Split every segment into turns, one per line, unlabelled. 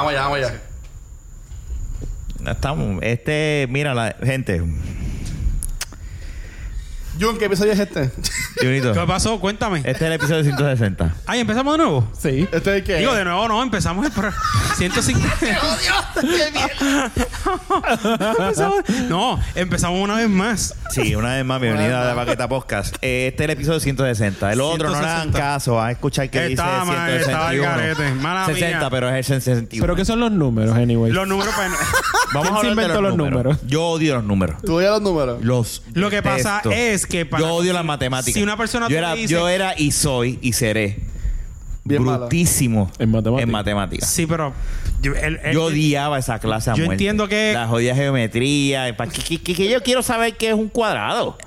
vamos allá, vamos allá.
Estamos. Este, mira, la gente.
Jun, ¿qué episodio es este?
Junito,
¿Qué pasó? Cuéntame.
este es el episodio 160.
Ay, empezamos de nuevo.
Sí. ¿Este es el que
Digo, de nuevo no, empezamos el programa 150.
¡Oh, Dios! ¡Qué mierda!
Empezamos- no, empezamos una vez más.
Sí, una vez más, bienvenida a la Baqueta Podcast. Eh, Este es el episodio 160. El otro no le hagan
160.
caso. Van a escuchar que dice
Está mal, estaba al
161.
garete. Mala
60,
mía.
pero es el 61.
Pero ¿qué son los números, anyway?
Los números pues,
Vamos a
¿Quién se
hablar de
inventó
los,
los
números.
números?
Yo odio los números.
¿Tú ya los números?
Los
Lo que pasa
detesto.
es que para-
yo odio las matemáticas.
si una persona
yo
te
era,
dice-
yo era y soy y seré
Bien mala.
brutísimo
En matemáticas.
en matemáticas.
Sí, pero yo, el- el-
yo odiaba esa clase a
Eh, yo
muerte.
entiendo que-
La jodida geometría. eh, ¿para qué- qué- qué- qué yo quiero saber qué es un cuadrado.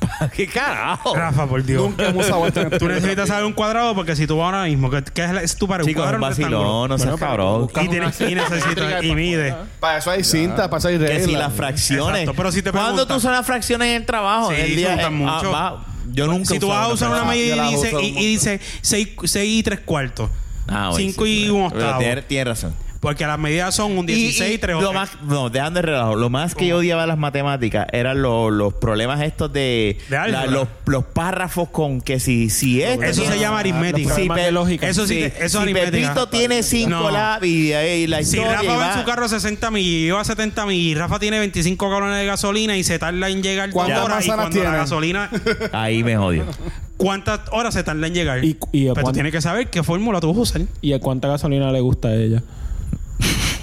¿Para ¿Qué carajo?
Rafa, por Dios.
Nunca hemos usado esto en el
Tú necesitas saber un cuadrado porque si tú vas ahora mismo, que, que es, la- es tu para un
Chicos,
cuadrado
un
o un rectángulo?
vacilón, no seas
Bueno, pero
cabrón.
busca-
Y, tienes, y necesitas, y mide.
Para eso hay cinta, para eso hay
Que
reglas.
si las fracciones.
Exacto, pero si te
¿Cuándo
preguntan-
tú usas las fracciones en el trabajo?
Sí,
En el día,
se usan
eh, ah,
mucho.
va, yo nunca
Si tú
usaba
vas a usar una
fracción.
Yo
medida
la
y dice,
uso un
y, y dice 6, y 3 cuartos.
Ah, bueno,
5
sí,
y
pero-
1
pero
octavo.
Tienes tienes razón.
Porque las medidas son un 16 y, 3
lo más, no, dejando el relajo. Lo más que yo odiaba de las matemáticas eran lo- los problemas estos de,
De álgebra.
los, los párrafos con que si, si este esto
Eso se
tiene-
llama aritmética.
Sí,
Pe-
de lógica.
Eso sí, te- eso es
si
aritmética.
Pepito tiene 5
No.
la y, y la
Si
historia.
Rafa
y
va
va-
en su carro a 60 mil y yo a 70 mil y Rafa tiene 25 galones de gasolina y se tarda en llegar dos
¿Cuántas
horas y
manzanas
cuando la
tiene?
gasolina
Ahí me odio.
¿Cuántas horas se tarda en llegar?
¿Y- y a
Pero tú
cuán-
tienes que saber qué fórmula tú usas.
¿Y a cuánta gasolina le gusta a ella?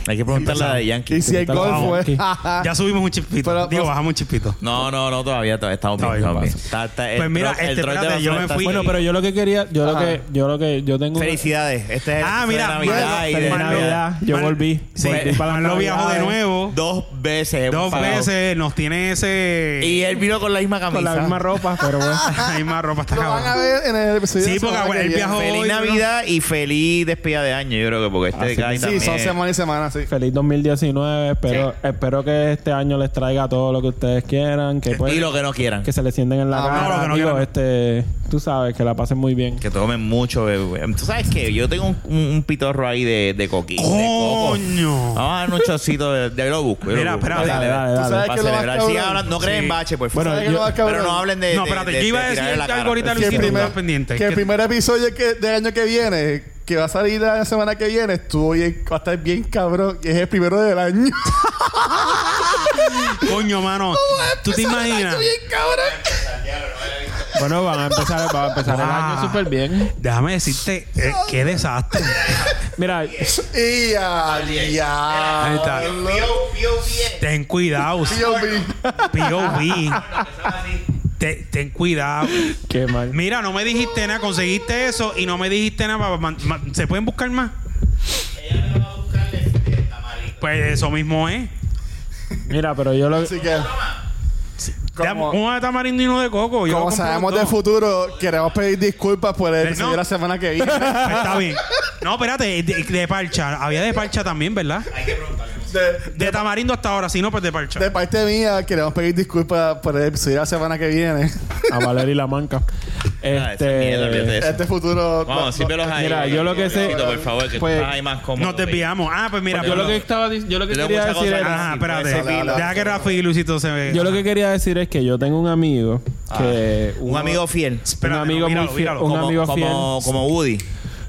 Hay que preguntarle a la de
Y
Yankee.
si pues, el
Vamos,
golfo es.
aquí.
Ya subimos un chispito.
Pero-
Digo, bajamos un chispito.
No, no, no, todavía, todavía estamos bien.
Todavía
estamos bien.
pasa.
Está- está- el
Pues mira,
tro- el
este,
troll de
espérate, yo
basura
me
está-
fui.
Bueno,
Bueno, pero yo lo que quería, yo lo
Ajá.
que, yo lo que, yo tengo. una-
felicidades. Este es el
Ah,
episodio
mira,
de Navidad
bueno,
y de
feliz
Manolo-
Navidad. Yo
Manolo-
volví.
Sí,
Volví para las
Manolo viajó de
Navidades.
nuevos.
Dos veces. hemos
Dos
pagado.
veces nos tiene ese.
Y él vino con la misma camisa.
Con la misma ropa, pero bueno.
la misma ropa está
Lo van a
cabrón.
ver en el episodio.
Sí,
de la semana que
porque el
viene.
viaje-
Feliz
Hoy,
Navidad y feliz despedida de año, yo creo que porque este
Así
cae
que
Sí,
también.
son semana y semana, sí.
Feliz 2019. Espero,
Sí.
espero que este año les traiga todo lo que ustedes quieran. Que, pues,
Y lo que no quieran.
que
Que,
se les sienten en la
Ah,
cara.
no, lo que no
Digo,
quieran.
este, tú sabes, que la pasen muy bien.
tomen mucho, bebé. Tú sabes que yo tengo un, un- un pitorro ahí de, de coquín. De coco.
¡Coño!
Vamos a dar un chocito de, de- yo lo busco. yo lo
Mira,
busco.
espérate.
Dale, dale.
¿Tú
dale.
sabes
Para
que lo más
celebrar. Sí,
cabrón?
hablan- no creen
Sí.
en bache, por favor.
Bueno,
¿Sabes qué es lo más cabrón?
pero no hablen de.
No,
de-
espérate,
de-
¿qué iba a
de tirarle
decir
la cara.
algo ahorita,
Pero-
que el
Luisito,
primer,
estás pendiente.
que el
Que-
primer episodio que, del año que viene, que va a salir la semana que viene, estuvo bien, va a estar bien cabrón. Y es el primero del año.
Coño, mano. ¿Tú te imaginas?
bien cabrón.
Bueno, van a empezar, van a empezar el
Ah.
año súper bien.
Déjame decirte, eh, qué desastre.
Mira,
Y ya, ya.
Ahí está. Ten cuidado. POV. Te- ten cuidado.
qué mal.
Mira, no me dijiste nada, conseguiste eso y no me dijiste nada. pa- pa- ma- ¿Se pueden buscar más? Pues eso mismo es.
Mira, pero yo lo
Así que,
Dame
como,
Uno de tamarindo y uno de coco. Yo
como
compro
sabemos
los
del
dos.
futuro, queremos pedir disculpas por el
Eh,
episodio
no.
de la semana que viene.
Pues Está bien. No, espérate, de, de parcha. Había de parcha también, ¿verdad?
De,
De tamarindo hasta ahora, si no, pues de parcha.
de parte mía, queremos pedir disculpas por el episodio de la semana que viene.
a Valeria y la manca.
Ah, esa mierda, olvídate
Este,
de eso.
Este futuro. no- no-
Vamos, símpelos ahí.
Mira, yo lo que sé-
Luisito, Por favor, que tú
Pues-
estás ahí más cómodo.
Nos desviamos. Ah, pues mira.
yo
pues
lo que estaba dic- yo lo que
Yo tengo
quería
muchas
decir
cosas
era-
Ajá,
Sí, puede
espérate.
ser
fila.
Deja que Rafa y Luisito se ve.
yo lo que quería decir es que yo tengo un amigo que
Ah. Un
uno-
amigo fiel.
Espérate,
un amigo
no,
muy
míralo,
fiel,
míralo.
un
Como-
amigo
como,
fiel.
como Woody.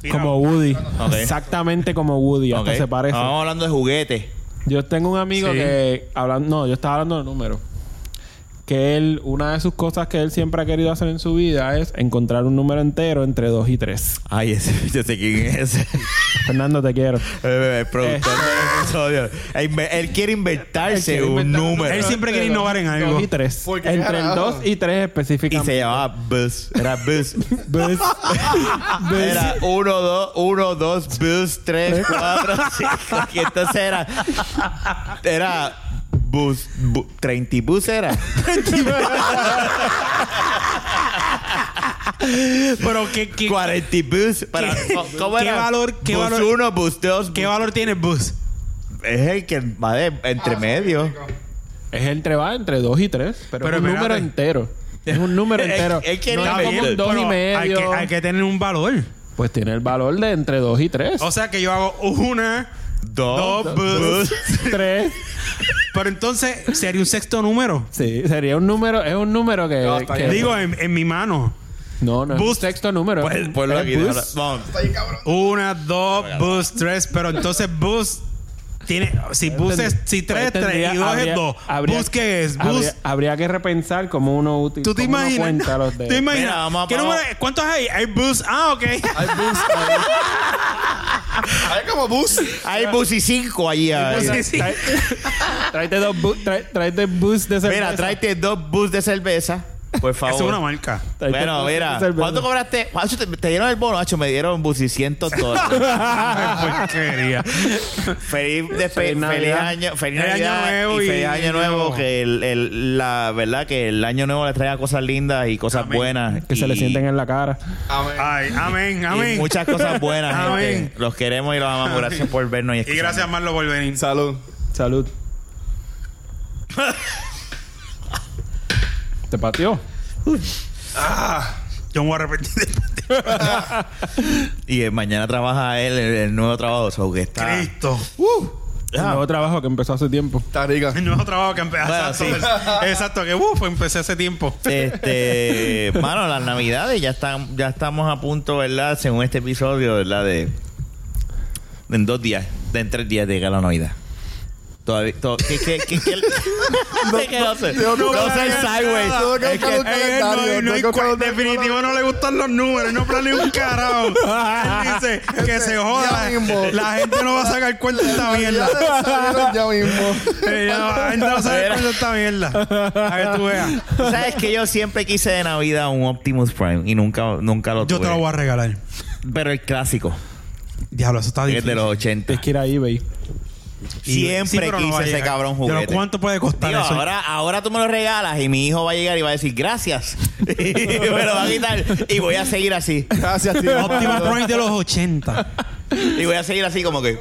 Míralo.
como Woody,
Ok.
exactamente como Woody, hasta
Ok.
se parece.
Estamos hablando de juguetes.
Yo tengo un amigo
Sí.
que hablando, no, yo estaba hablando de números. Que él, una de sus cosas que él siempre ha querido hacer en su vida es encontrar un número entero entre 2 y 3.
Ay, ese, yo sé quién es ese.
Fernando, te quiero.
Eh, El productor del episodio. Él, me- él quiere inventarse
Él quiere
un
inventar un
número.
Él siempre quiere innovar en algo.
2 y 3.
¿Por qué
Entre el
carajo?
2 y 3
Y se
específicamente.
llamaba Buzz. Era Buzz.
Ves. Ves.
Era 1, 2, 1, 2, Buzz, 3, 4, 5. Y entonces era. Era. Bus, bu, 30 bus era.
Pero que, que-
40 bus. Para,
¿Qué-
¿Cómo
qué
era?
valor- qué
bus
valor-
1, bus 2.
¿qué valor tiene el bus?
Es el que va de entre medio.
Es entre va entre 2 y 3, pero,
Pero
es un
espérate.
número entero. Es un número
Él-
entero.
él quiere
no es como
medir.
un 2 y
Pero Hay
medio.
que, hay que tener un valor. Oh,
Pues tiene el valor de entre 2 y 3.
O sea que yo hago una, dos,
Dos,
Dos
bus.
Tres.
Pero entonces sería un sexto número.
Sí, sería un número, es un número que.
No, está
que-
bien.
Digo, en, en mi mano.
no, no, es un
boost.
sexto número.
Pues, ponlo
Es
aquí.
boost.
ahora. Vamos.
Una, dos, bus, tres. Pero entonces bus tiene. Si bus es. Si tres,
Pues tendría-
tres. Y dos
habría-
es dos.
habría-
Bus, ¿qué es? Bus.
Habría, habría que repensar cómo uno utiliza.
¿Tú te
cómo uno
imaginas?
cuenta los
¿Te
de.
imaginas?
Mira, vamos a-
¿Qué
vamos-
número es? ¿Cuántos hay? Hay bus. Ah, ok.
Hay bus. Hay, hay como bus.
Hay bus y cinco allí. ahí.
Sí, sí.
Tráete dos bu- tra- tráete bus de cerveza.
Mira, tráete dos bus de cerveza. Por favor.
Eso es una marca.
Tráete
Bueno,
bus de
mira,
cerveza.
¿cuánto cobraste? Macho, te, te dieron el bono, Macho, me dieron bucicientos dólares.
Porquería.
feliz, despe-
Feliz
feliz,
Navidad.
año, feliz
Feliz año
Navidad
nuevo
y
y-
feliz año nuevo. Que el, el- la verdad que el año nuevo le traiga cosas lindas y cosas
Amén.
buenas.
Que se le
y-
sienten en la cara.
Amén.
Ay, amén,
y
amén.
muchas cosas buenas,
Amén.
gente. Los queremos y los amamos. Gracias por vernos y
Y
escucharnos.
gracias, Marlo, por venir.
Salud.
Salud. ¿Te pateó?
Yo me voy a arrepentir después de
Y eh, mañana trabaja él el, el nuevo trabajo. So que está.
Cristo.
El
Ah.
nuevo trabajo que empezó hace tiempo.
Está rica.
El nuevo trabajo que empecé.
Bueno,
exacto,
sí.
el- exacto, que uf, empecé hace tiempo.
Este, mano, las navidades ya están, ya estamos a punto, ¿verdad? Según este episodio, ¿verdad? De en dos días, de en tres días llega la Navidad. Todavía, to- ¿qué, qué, qué, qué- es que no sé?
no,
No
no,
sé el
no,
sideways.
no, no,
Es que-
no, no,
Eh, no hay- no hay
Tengo
cua-
calor, tengo
definitivo no le gustan los números, no planea un carajo. Él dice
Este,
que se joda.
Ya mismo.
La gente no va a sacar cuenta de esta
Ya,
mierda.
salieron ya mismo.
Eh, ya, La gente no va a sacar
Mira.
cuenta de esta mierda. A ver, tú veas.
¿Sabes que yo siempre quise de Navidad un Optimus Prime y nunca, nunca lo tuve?
Yo te lo voy a regalar.
Pero el clásico,
Diablo, eso está
el
difícil.
de los 80.
Es que ir a eBay.
Y-
Siempre
sí, pero no va a
quise ese
llegar.
cabrón
Pero
juguete.
¿Cuánto puede costar
Digo,
eso?
ahora, ahora tú me lo regalas y mi hijo va a llegar y va a decir gracias. y me lo va a quitar y voy a seguir así.
Gracias, tío.
Optimus Prime de los 80.
Y voy a seguir así como que.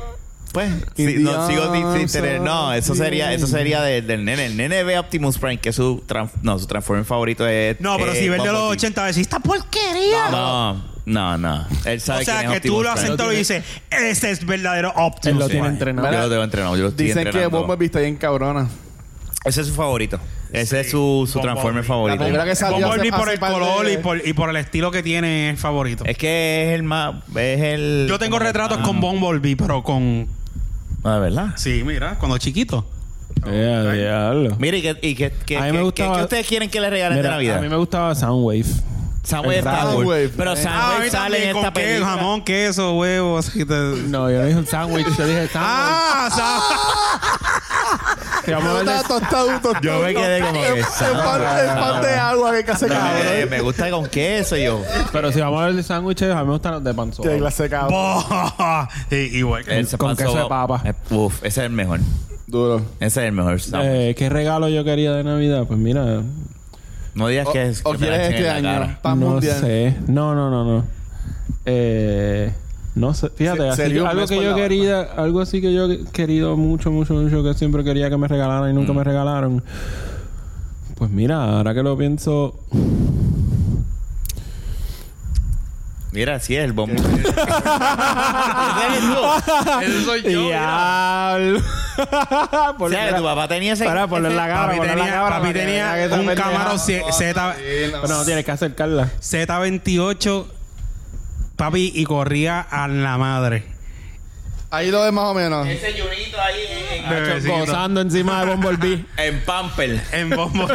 Pues, si- no, sigo sin, sin tener. No, eso sería, eso sería de- del nene. El nene ve Optimus Prime, que es su, tran- no, su Transformer favorito es.
No, pero
es
si ves de los
Bumblebee.
80, va a decir, esta porquería.
No, no, no. Él sabe
O sea,
quién es
que tú
Optimus
lo
Prime.
aceptas y dices, este es verdadero
Él
Optimus.
lo
Sí.
tiene
Prime".
entrenado.
Yo lo tengo entrenado. Yo lo estoy
Dicen que
entrenando.
Bumblebee está bien cabrona.
Ese es su favorito. Ese es
Sí,
su, su
Bumblebee.
Transformer favorito.
La primera que salió
Bumblebee
hace-
por
hace
el
par de-
color y por, y por el estilo que tiene es favorito.
Es que es el más. Es el.
Yo tengo retratos con
bomba
Bumblebee, pero con...
Ah, ¿verdad?
Sí, mira, cuando chiquito.
Yeah, diablo.
Mire, ¿y qué, y qué, qué-
A mí
qué-
me
qué-
gustaba-
qué ustedes quieren que les regalen
Mira,
de Navidad?
a mí me gustaba Soundwave.
Soundwave
El
está
Soundwave,
cool.
eh.
Pero
Ah,
Ah,
Soundwave
ahorita
sale en
también,
esta
con qué,
película.
jamón, queso, huevos. así que te-
No, yo no dije sándwich, yo dije sándwich.
Ah, sa-
Te vamos a hablar de-
Está tostado, tostado.
Yo me quedé como que,
El pan el pan de agua que hay que hacer
No, eh,
cabrón.
me, me gusta con queso yo.
Pero si vamos a hablar de sándwiches, a mí me gustan los de panzón.
Que la seca.
Boh. Sí, Igual que...
Ese
con
pan
queso
soba-
de papa.
Eh, Uf, ese es el mejor.
Duro.
Ese es el mejor Soundwave.
Eh, ¿Qué regalo yo quería de Navidad? Pues mira,
No digas
O-
que es.
¿O
que te la
quieres
echen
este
en la
año?
cara.
Pan
no
mundial.
sé. No, no, no, no. Eh, no sé. Fíjate,
Se-
así
sería
que
un
algo
mes
que
por
yo
la
quería, algo así que yo he querido mucho, mucho, mucho, que siempre quería que me regalaran y nunca
Mm.
me regalaron. Pues mira, ahora que lo pienso,
Mira, sí es el bombo. Ese eres tú. Ese soy yo. mira.
Diablo.
O
Por-
sea, que tu
mira,
papá tenía ese.
Para poner la cámara,
Papi
poner la
tenía,
cámara
papi
para que
tenía
vea que esa
un
pendeja-
Camaro C- Z...
Pero no tienes que acercarla.
Z28, papi, y corría a la madre.
Ahí lo ves más o menos.
Ese yunito ahí en- en.
Bebecito.
Gozando encima de Bumblebee.
En Pamper.
En bombo.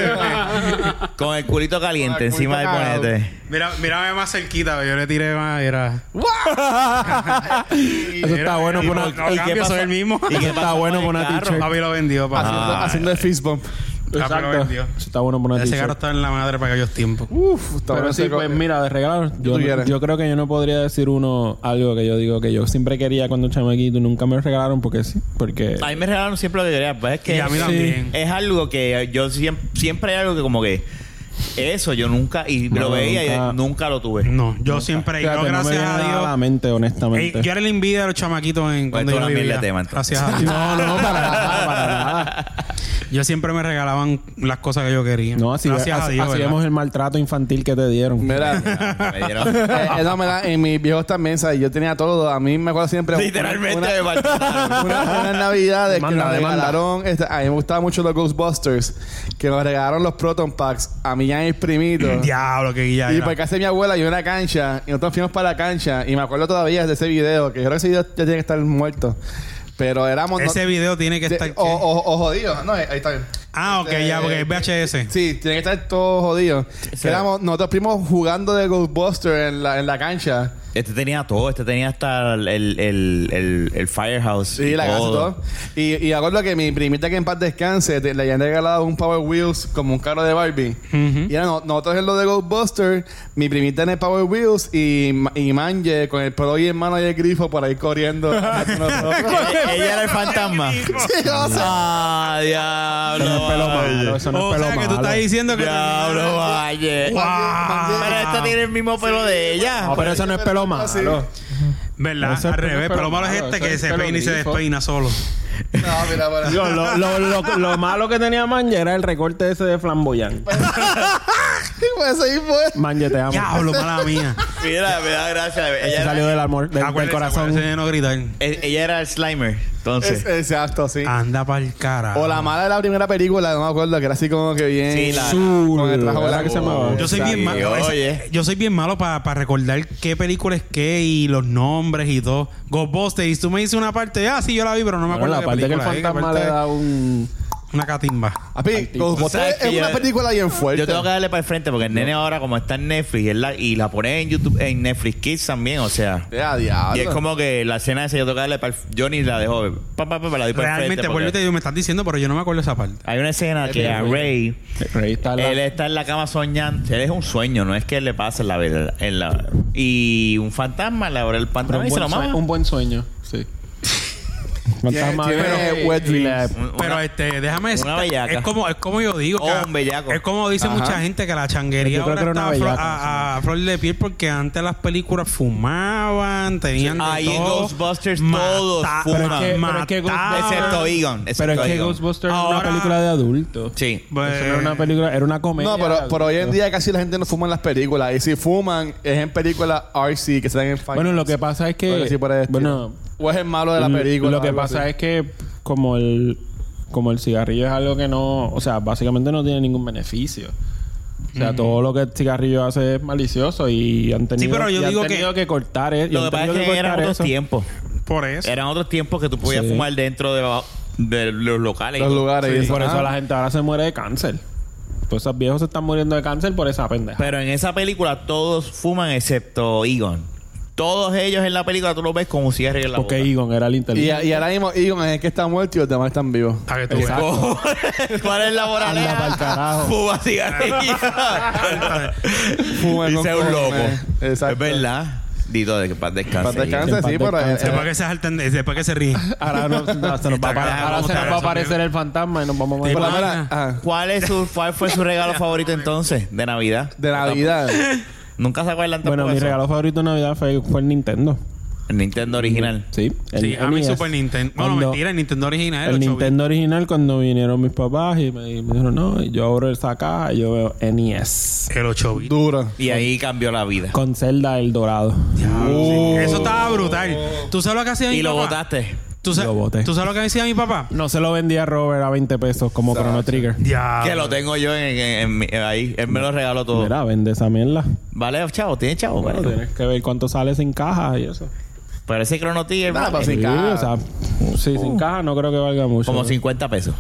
Con el culito caliente
Con el
encima
culito
del
cagado.
ponete.
Mira, mírame más cerquita, yo le tiré más, era.
Eso está bueno por una.
No, cambio, soy el mismo.
¿Y qué
Está
pasó
bueno
con el
con una
carro?
t-shirt.
Papi lo vendió, papi.
Haciendo,
Ah,
haciendo el fist bump.
papi lo
Exacto.
vendió.
Eso está bueno por una
Ese carro
t-shirt.
estaba en la madre para aquellos tiempos.
Uf, está
Pero
bueno
sí,
ese
pues
co-
mira, de regalo. Yo,
tú quieres?
yo creo que yo no podría decir uno algo que yo digo que yo siempre quería cuando chamaquito y nunca me regalaron porque sí. Porque.
A mí me regalaron siempre lo que quería. Pues es que
Y a mí
es-
también.
es algo que yo siempre, siempre hay algo que como que eso yo nunca y
No,
lo veía
nunca.
y nunca lo tuve.
No, yo siempre, yo
Fíjate, no me
gracias
viene
a
nada la
Dios.
mente, honestamente.
Ey, yo era el envidia de los chamaquitos en
Pues
cuando
tú
yo
también
vivía.
le temas, entonces.
Gracias a Dios.
No, no, para nada, para nada.
Yo siempre me regalaban las cosas que yo quería.
No, así,
Gracias
así-
a Dios,
así
¿verdad?
vemos el maltrato infantil que te dieron.
Mira,
Me dieron-
eh, eh, no, me da- en mis viejos también, ¿sabes? Yo tenía todo. A mí me acuerdo siempre. una-
Literalmente
una-
me mataron.
Una- unas navidades
Demanda,
que nos
demanda.
regalaron este, a mí me gustaban mucho los Ghostbusters que nos regalaron los Proton Packs a mí y a mis primitos
Diablo, que guilla.
y
era.
por
pues,
casa de mi abuela yo en la cancha y nosotros fuimos para la cancha y me acuerdo todavía de ese video que yo creo que ese video ya tiene que estar muerto pero éramos no-
Ese video tiene que
de-
estar.
o, o- o jodido no, ahí ahí está bien
ah, ok,
Este,
ya, porque es VHS.
Sí, tiene que estar todo jodido. Que éramos nosotros primos jugando de Ghostbusters en la, en la cancha.
Este tenía todo, este tenía hasta el, el, el, el- el firehouse.
Sí,
y
la casa y todo. Y, y me acuerdo que mi primita que en paz descanse te- le habían regalado un Power Wheels como un carro de Barbie. Y era no- nosotros en lo de Ghostbusters, mi primita en el Power Wheels y, Ma- y Manje con el pro y hermano y el grifo por ahí corriendo. hacia nosotros.
Ella, E-, ella era el fantasma.
Sí, o sea,
ah,
Eso no es pelo malo.
diablo.
Eso no
O
es pelo
sea, que tú
malo.
estás diciendo que.
Diablo, Valle.
Wow.
Pero esta tiene el mismo pelo de ella.
No, pero eso no es pelo malo.
Así.
¿Verdad?
Eso es
Al revés.
pelo
Pero lo malo es
malo,
este
eso
que
es
se
pelo
peina y se
grifo.
despeina solo.
No, mira, bueno.
Digo, lo, lo- lo- lo malo que tenía Manje era el recorte ese de flamboyán.
Pues ahí fue.
Manje, te amo.
Diablo, mala mía.
Mira, me da gracia.
Se
Ella,
salió
era,
del amor, del- del,
Acuérdese, acuérdese
corazón.
de no gritar.
e- ella era el slimer. Entonces.
Es- Exacto, sí.
Anda pa'l cara.
O la mala de la primera película, no me acuerdo, que era así como que bien.
Sí, la-
Azul.
Con el trajo
¿Verdad
blanco.
que se llamaba?
Yo soy
Sí,
bien malo. esa-
oye.
Yo soy bien malo para recordar qué película es qué y los nombres y todo. Ghostbusters. Y tú me dices una parte. Ah, sí, yo la vi, pero no me acuerdo
Bueno, la
qué
parte que el
película ¿eh? es, qué
fantasma
parte
le
es.
da un...
Una catimba.
Papi, Ghostbusters
sabes que
es una
yo-
película bien fuerte.
Yo tengo que darle para el frente porque el nene ahora, como está en Netflix, él la- y la pone en YouTube, en Netflix Kids también, o sea.
Ya, diablo.
Y es como que la escena esa yo tengo que darle para el Yo ni la dejo. Pa, pa, pa, pa, la doy para el
Realmente,
frente.
vuelvo y
porque
te digo, me estás diciendo, pero yo no me acuerdo esa parte.
Hay una escena que a Ray.
Ahí está la-
Él está en la cama soñando. Él es un sueño, no es que le pase la verdad. En la, y un fantasma le abre el
Pero
pantalón
un,
y se
buen
lo
sueño,
mama.
un buen sueño, sí. Fantasma
tiene
viene
wet
y- y le-
dreams.
Un-
Pero
una-
este, déjame decir.
bellaca.
Es como, es como yo digo.
O
que-
un bellaco.
Es como dice
Ajá.
mucha gente que la
Yo
changuería
creo
ahora
que era
está
una
a, flor,
bellaca,
a- a flor de piel porque antes las películas fumaban, tenían. de
Ahí en
todo,
Ghostbusters
mata-
todos fuman.
Pero es que- pero es que
mataban.
Ghostbusters-
excepto Egon.
Pero es
excepto
que
Egon.
Ghostbusters era una
Ahora-
película de adultos.
Sí.
Pues-
Eso no era una película, era una comedia.
No,
de
pero,
adultos.
pero hoy en día casi la gente no fuma en las películas. Y si fuman, es en películas RC que se dan en Final.
Bueno, lo que pasa es que...
Oye, sí, por el estilo.
bueno,
O es el malo de la película.
Lo que pasa es que como el como el cigarrillo es algo que no, o sea, básicamente no tiene ningún beneficio. O sea, todo lo que el cigarrillo hace es malicioso y han tenido,
Sí, pero yo
y han
digo que-
tenido que, cortar e- eso.
Lo que pasa es que eran otros tiempos.
Por eso.
Eran otros tiempos que tú podías
Sí.
fumar dentro de, la- de los locales.
Los lugares. y
Y por
ah,
eso la gente ahora se muere de cáncer. Todos esos viejos se están muriendo de cáncer por esa pendeja.
Pero en esa película todos fuman excepto Egon. Todos ellos en la película tú los ves como un cigarrillo en la
Porque Egon era el
Y,
inteligente.
y ahora mismo Egon es el que está muerto y los demás están vivos.
Para que tú veas.
Exacto.
boca. ¿Cuál es la
Anda pa'l
moraleja?
carajo.
Fuma cigarrillo.
Fuma
y
con
sea un
cojones.
loco.
Exacto.
Es verdad. Dito de que paz descanse.
Para
Egon.
descansar,
Que en
sí,
paz
pero. eh,
descanse.
Después que se saltan, después que se ríen.
Ahora, no- no, se nos va a,
Está
apare-
claro,
ahora se nos va a
vamos a
aparecer
ver.
el fantasma y nos vamos a
pero
morir.
mira, ajá,
¿Cuál, es su, ¿Cuál fue su regalo favorito entonces de Navidad?
de Navidad.
Nunca se acuerdan tampoco
Bueno, mi
eso?
regalo favorito de Navidad fue, fue el Nintendo.
El Nintendo original.
Sí, el
Sí, a mí
NES.
Super Nintendo. Bueno,
Cuando-
mentira, el Nintendo original.
El
ocho
Nintendo original cuando vinieron mis papás y me, me dijeron, no, y yo abro esa caja y yo veo NES.
bit. El 8 bit.
Duro.
Y ahí cambió la vida.
Con Zelda El Dorado.
Diablo, sí. Uh. Eso estaba brutal. ¿Tú sabes lo que hacía mi
Y lo
papá?
botaste.
¿Tú, sa-
Lo boté.
¿Tú sabes lo que decía mi papá?
No se lo vendía a Robert a 20 pesos como Chrono Trigger.
Diablo.
Que lo tengo yo en, en- en mi- ahí. Él me lo regaló todo.
Mira, vende esa mierda.
Vale, chavo, tiene chavo.
Bueno,
Vale.
tienes que ver cuánto sales en caja y eso.
Parece Chrono Trigger.
Nada,
vale.
pues, Sin
Sí,
caja.
o sea, sí, sin caja no creo que valga mucho.
Como 50 pesos.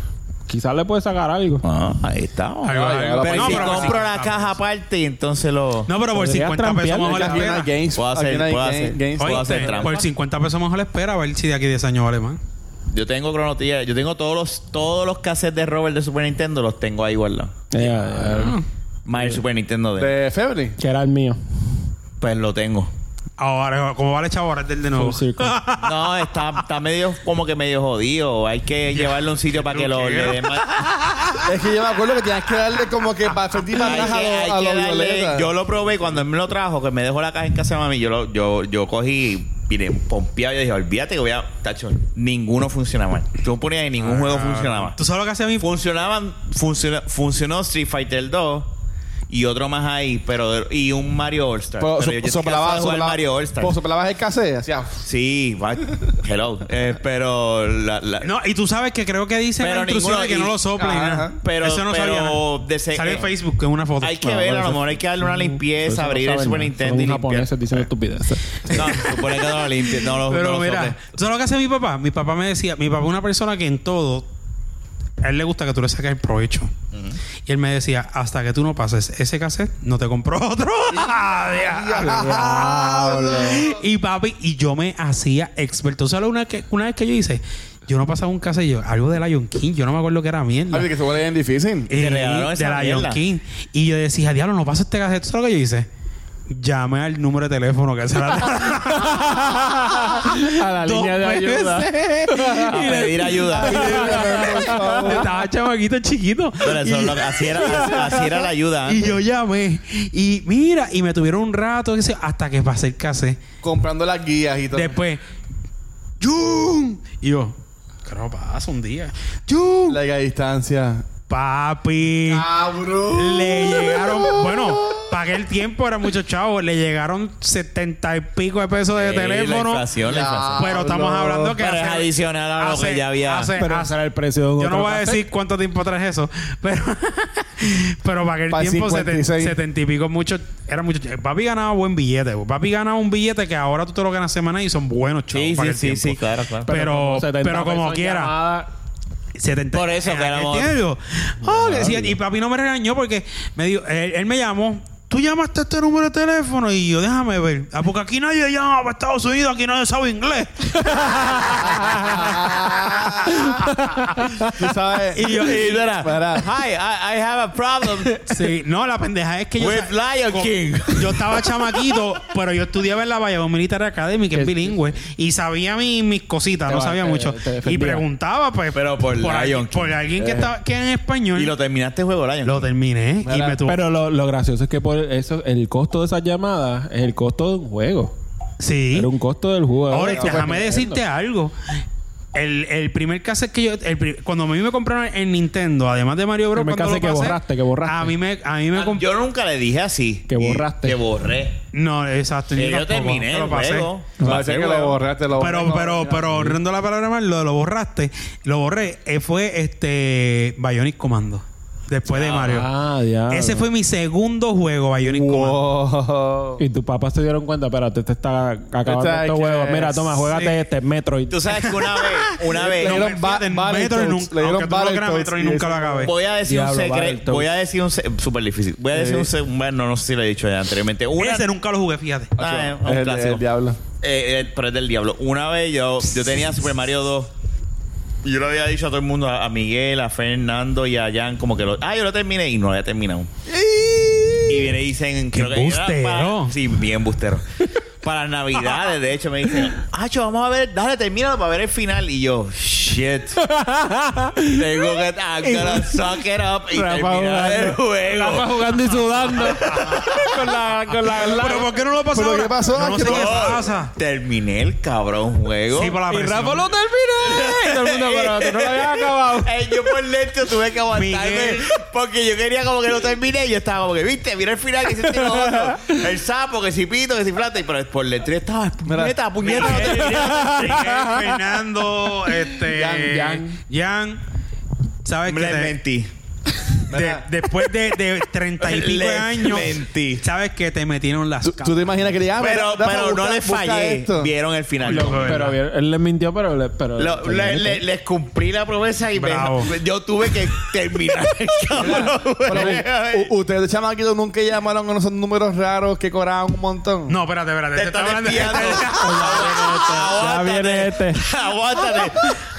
Quizás le puedes sacar algo.
Ah, ahí está.
Ahí va, ahí va.
Pero
No,
si
pero por
compro la
50
caja aparte y entonces lo...
No, pero por
Podrías
50 pesos
trampearle,
mejor la
ya
Aquí no hay
espera.
games.
Puedo
aquí
hacer-
no hay
puedo
game-
hacer.
games.
Puedo
Oíste,
hacer trampa.
Por 50 pesos mejor la espera, a ver si de aquí 10 años vale más.
Yo tengo Chrono Trigger. Yo tengo todos los, todos los cassettes de Robert de Super Nintendo. Los tengo ahí guardados.
Ya, ya, ya.
Más el Super Nintendo de...
De February.
eh, Que era el mío.
Pues lo tengo.
Ahora, como vale chavo, ahora es del de nuevo.
Full circle.
No, está, está medio como que medio jodido. Hay que llevarlo a un sitio para que lo le den más-
Es que yo me acuerdo que tenías que darle como que para frente y para
Hay
atrás
que- hay
a los- a
que
los
darle-
violetas.
Yo lo probé cuando él me lo trajo, que me dejó la caja en casa de mami. Yo, lo, yo, yo cogí vine pompeado. Yo dije, olvídate que voy a. Tacho, ninguno funciona mal. Tú ponías y ningún juego funcionaba.
¿Tú sabes lo que hacía mi
Funcionaban, funciona- funcionó Street Fighter 2 y otro más ahí, pero y un Mario All Star.
Pero, so-
yo estoy cansado
soplaba,
de jugar
soplaba, Pues
Mario All Star.
pero soplabas el cassette, hacía-
Sí, va- hello. Eh, pero la- la-
No, y tú sabes que creo que dice en
Pero
la instrucción
ninguno-
de que
y-
no lo sople y
Ajá.
nada.
Pero-
Eso no
pero
sabía nada.
de se-
Salió en
eh,
Facebook con una foto.
hay que
No,
ver, a
pero
lo
eso-
mejor hay que darle una
Por eso
limpieza,
no
abrir el
saben
Super
nada.
Nintendo
Son
y limpiar.
japoneses diciendo estupideces.
No, se supone que no lo limpie, no lo no
Pero
lo
mira,
sople.
¿tú sabes lo que hace mi papá? Mi papá me decía, mi papá es una persona que en todo, a él le gusta que tú le saques el provecho. Y él me decía, hasta que tú no pases ese cassette, no te compro otro. y papi, y yo me hacía experto. ¿Sabes lo una, que, una vez que yo hice? Yo no pasaba un cassette, yo, algo de Lion King, yo no me acuerdo que era mierda.
Ay, que se vuelve bien difícil.
Eh,
Te regalaron
de
esa
la John
mierda.
King. Y yo decía, diablo, no pasa este cassette. ¿Sabes lo que yo hice? Llamé al número de teléfono que se
A la línea de ayuda.
A pedir ayuda.
Estaba chamaquito chiquito.
Pero eso
Y-
es lo que- así, era, así, así era la ayuda.
Y
antes.
yo llamé. Y mira, y me tuvieron un rato qué sé yo, hasta que pasé el cassette.
Comprando las guías y todo.
Después, ¡Jun! Y yo, ¿qué no pasa un día? ¡Jun!
Larga distancia.
Papi.
¡Cabrón!
Le llegaron, bueno, pagué el tiempo, eran muchos chavos, le llegaron setenta y pico de pesos de
Eh, La
teléfono.
inflación, la
Ya.
inflación.
Pero estamos
Pablo.
hablando que.
Pero es adicional a lo que ya había.
hace-
Pero
hace-
ese era el precio de un
yo no
otro
voy a
café.
decir cuánto tiempo traes eso, pero, pero para aquel
Pa'
tiempo
56.
70 y pico mucho, era mucho. Papi ganaba buen billete, güey. papi ganaba un billete que ahora tú te lo ganas semana y son buenos chavos.
Sí,
para
sí,
aquel
sí,
tiempo.
sí, claro, claro.
Pero, pero,
70
como
pesos en
quiera.
llamada.
70.
Por eso que
Era
éramos-
que tiene, yo, "Ah, que sí", y papi no me regañó porque me dijo, él, él me llamó. Tú llamaste a este número de teléfono y yo, déjame ver. Ah, porque aquí nadie llama para Estados Unidos, aquí nadie sabe inglés.
Tú sabes.
Y yo, y yo era,
Para.
Hi, I, I have a problem
sí, no, la pendeja es que yo.
with
sa-
Lion
con-
King.
Yo estaba chamaquito, pero yo estudiaba en la Valladolid Militar Academy, que es bilingüe, y sabía mi- mis cositas,
Te
no
va-
sabía
te-
mucho.
te defendía.
y preguntaba, pues.
Pero por Lion
alguien,
King.
por Eh. alguien que, estaba, que era en español.
Y lo terminaste el juego, Lion.
Lo terminé y
Mira,
me tuvo.
Pero lo, lo gracioso es que por eso el costo de esas llamadas es el costo de un juego.
sí.
Era un costo del juego.
Ahora,
Era
déjame
Super
decirte algo. El, el primer cassette que yo... el pri- cuando a mí me compraron en Nintendo, además de Mario Bros...
Primer
cuando
cassette
lo
que
pasé,
borraste, que borraste.
A mí me... A mí me
Ah,
comp-
Yo nunca le dije así.
Que
Y-
borraste.
Que borré.
No, exacto.
Que yo
tampoco,
terminé
te
el
lo pasé.
juego.
Parece
Pasé el
que lo
juego.
borraste, lo
Pero,
borraste.
pero, pero, honrando la palabra mal, lo, lo borraste. Lo borré. Eh, fue este... Bionic Commando. Después de Mario.
Ah, diablo.
Ese fue mi segundo juego, Bionic Commando.
Wow.
Y tus papás se dieron cuenta, espérate, te está acabando
Este
este
que-
juego. Mira, toma, juégate
sí.
este Metroid.
Tú sabes que una vez, una
Le
vez,
dieron
me
ba-
fíjate, en
Battletoads,
Metro y nunca-
le dieron
aunque tú lo creas,
Battletoads
Metro y nunca lo acabé.
voy a decir
Diablo,
un secreto.
Battletoads.
Voy a decir un secreto. Súper difícil. Voy a decir un secreto. Bueno, no sé si lo he dicho ya anteriormente. Una,
Ese nunca lo jugué, fíjate.
Ah, es un
Es el,
clásico.
el diablo.
Eh, eh, pero es del diablo. Una vez yo, yo tenía Super Mario 2. Y yo lo había dicho a todo el mundo, a, a Miguel, a Fernando y a Jan, como que lo. Ah, yo lo terminé y no lo había terminado. Y viene y dicen. creo que era
bustero.
para- sí, bien bustero. para Navidades, de hecho, me dicen, Acho, vamos a ver, dale, termínalo para ver el final. Y yo, shit. Tengo que. I'm gonna suck it up y terminar el
Rafa
juego.
jugando y sudando. con la, con la, la-
¿Pero por qué no lo pasó
¿Pero
ahora?
qué pasó?
Yo no sé
¿Qué
qué
Oh,
pasa.
Terminé el cabrón juego.
Sí, por la
Y
presión.
Rafa lo terminé. Y todo el mundo, pero tú no lo habías acabado.
Eh, yo por lento tuve que aguantarme
Miguel.
porque yo quería como que lo terminé y yo estaba como que, viste, mira el final que hiciste lo otro. El sapo, que si pito, que si plata. Y pero por lento yo estaba, puñeta, puñeta, lo
Miguel,
terminé.
Miguel, Fernando, este.
Jan, Jan.
Jan, ¿sabes
Les
que
mentí.
te- de- después de de treinta y pico de
Les
años,
mentí.
¿sabes que te metieron las
¿Tú,
capas?
tú te imaginas que le llamas?
Pero,
Rafa,
pero no
busca-
les
busca
fallé.
esto.
Vieron el final.
Loco, ¿verdad?
Pero bien, él les mintió, pero... le- pero
Lo- le- le- les cumplí la promesa y me-
Bravo.
yo tuve que terminar el cabrón.
Pero, u- ustedes, chamaquitos, nunca llamaron con esos números raros que cobraban un montón.
No, espérate, espérate.
Te
te
están
estaba hablando-
espiando. Ya
viene este. Ya viene este.
Aguántate.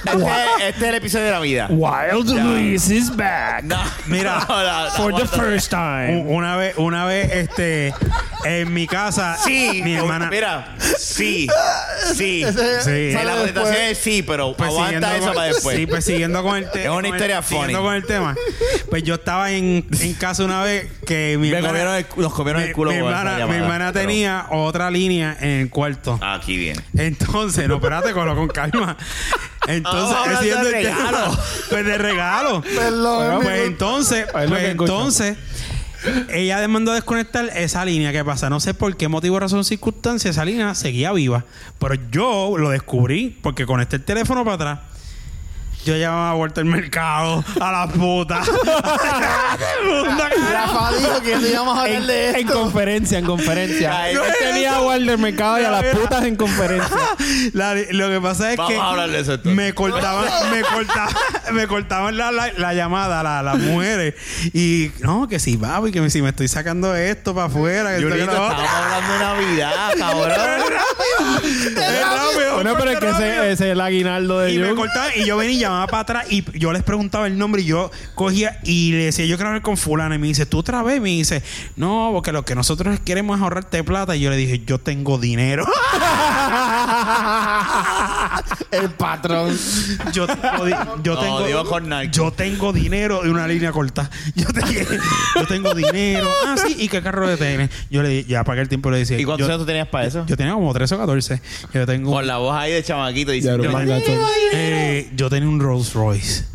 Este, este es el episodio de la vida.
Wild
Luis
is back
No,
Mira,
no, no, no, aguántate.
time.
U- Una vez, una vez, este, En mi casa,
Sí,
mi
o-
hermana.
Mira, sí, sí.
Sí.
Sí, la contestación es sí, pero
Pues
aguanta
siguiendo
eso
con-
para después.
Sí, pues siguiendo con el tema.
Es una historia funny.
con el tema. Pues yo estaba en, en casa una vez que mi
Me
hermana,
comieron el- nos comieron
mi-
el culo
Mi
con
hermana,
esa llamada,
mi hermana
pero-
tenía otra línea en el cuarto.
Aquí viene.
Entonces, no, espérate, colo con calma. Entonces,
Vamos a hablar
ese es
Ah, de
el tema.
regalo.
Pues de regalo.
Perdón,
Bueno,
mi
pues
culpa.
entonces,
Es
pues
lo que escucho.
entonces, ella le mandó desconectar esa línea. ¿Qué pasa? No sé por qué motivo, razón, circunstancia, esa línea seguía viva. Pero yo lo descubrí porque conecté el teléfono para atrás. Yo llamaba a vuelta al mercado, a la puta.
Rafa dijo que te íbamos a hablar
En,
de
en
esto.
conferencia, en conferencia.
Ay,
Él tenía agua al del mercado y a las putas en conferencia.
La- lo que pasa es
Vamos
que
a hablar de eso entonces.
me cortaban, me cortaban, me cortaban la, la- la llamada, la- las mujeres. Y no, que si papi, que si me estoy sacando esto para afuera, que esto, que
Yurito,
lo otro.
estamos hablando de Navidad, cabrón.
Es rápido,
Bueno, pero es que
porque rápido.
ese, ese es el aguinaldo de
y me
Jung.
cortaban y yo venía y llamaba para atrás y yo les preguntaba el nombre y yo cogía y le decía yo quiero hablar con fulana y me dice tú otra vez y me dice no porque lo que nosotros queremos es ahorrarte plata y yo le dije yo tengo dinero
El patrón.
Yo tengo, di- yo
No,
tengo,
digo con Nike.
yo tengo dinero de una línea corta. Yo, te- yo tengo dinero. Ah, sí, ¿y qué carro de tienes? Yo le di- ya para el tiempo le decía.
¿Y cuántos
yo,
años tú tenías para eso?
yo tenía como 13 o 14. Yo tengo
Con la voz ahí de chamaquito
Ya,
diciendo.
lo más gacho.
eh, yo tenía un Rolls Royce.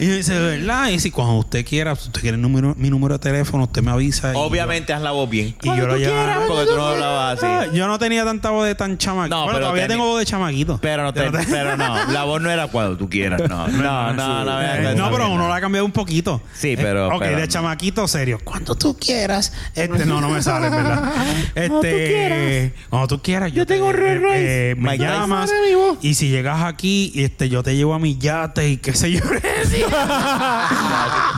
y me dice, ¿verdad? Y dice, cuando usted quiera, si usted quiere el número- mi número de teléfono, usted me avisa. y yo-
Obviamente haz la voz bien.
Y yo lo llevaba.
Porque tú no hablabas
Ah,
así.
Yo no tenía tanta voz de tan chamaquito.
No,
bueno,
pero
todavía
teni-
tengo voz de chamaquito.
Pero no, te,
Yo no te-
pero no, la voz no era cuando tú quieras, no. No, no, no, no,
Eh,
no,
no,
no,
pero
no.
uno lo ha cambiado un poquito.
Sí,
Eh,
pero-
ok,
pero-
de chamaquito serio. Cuando tú quieras. Este, no, no me sale, en ¿verdad? Este, cuando tú quieras. Yo, tengo Rolls Royce. me
Mike Tyson.
llamas. Y si llegas aquí, este, yo te llevo a mi yate y qué sé yo.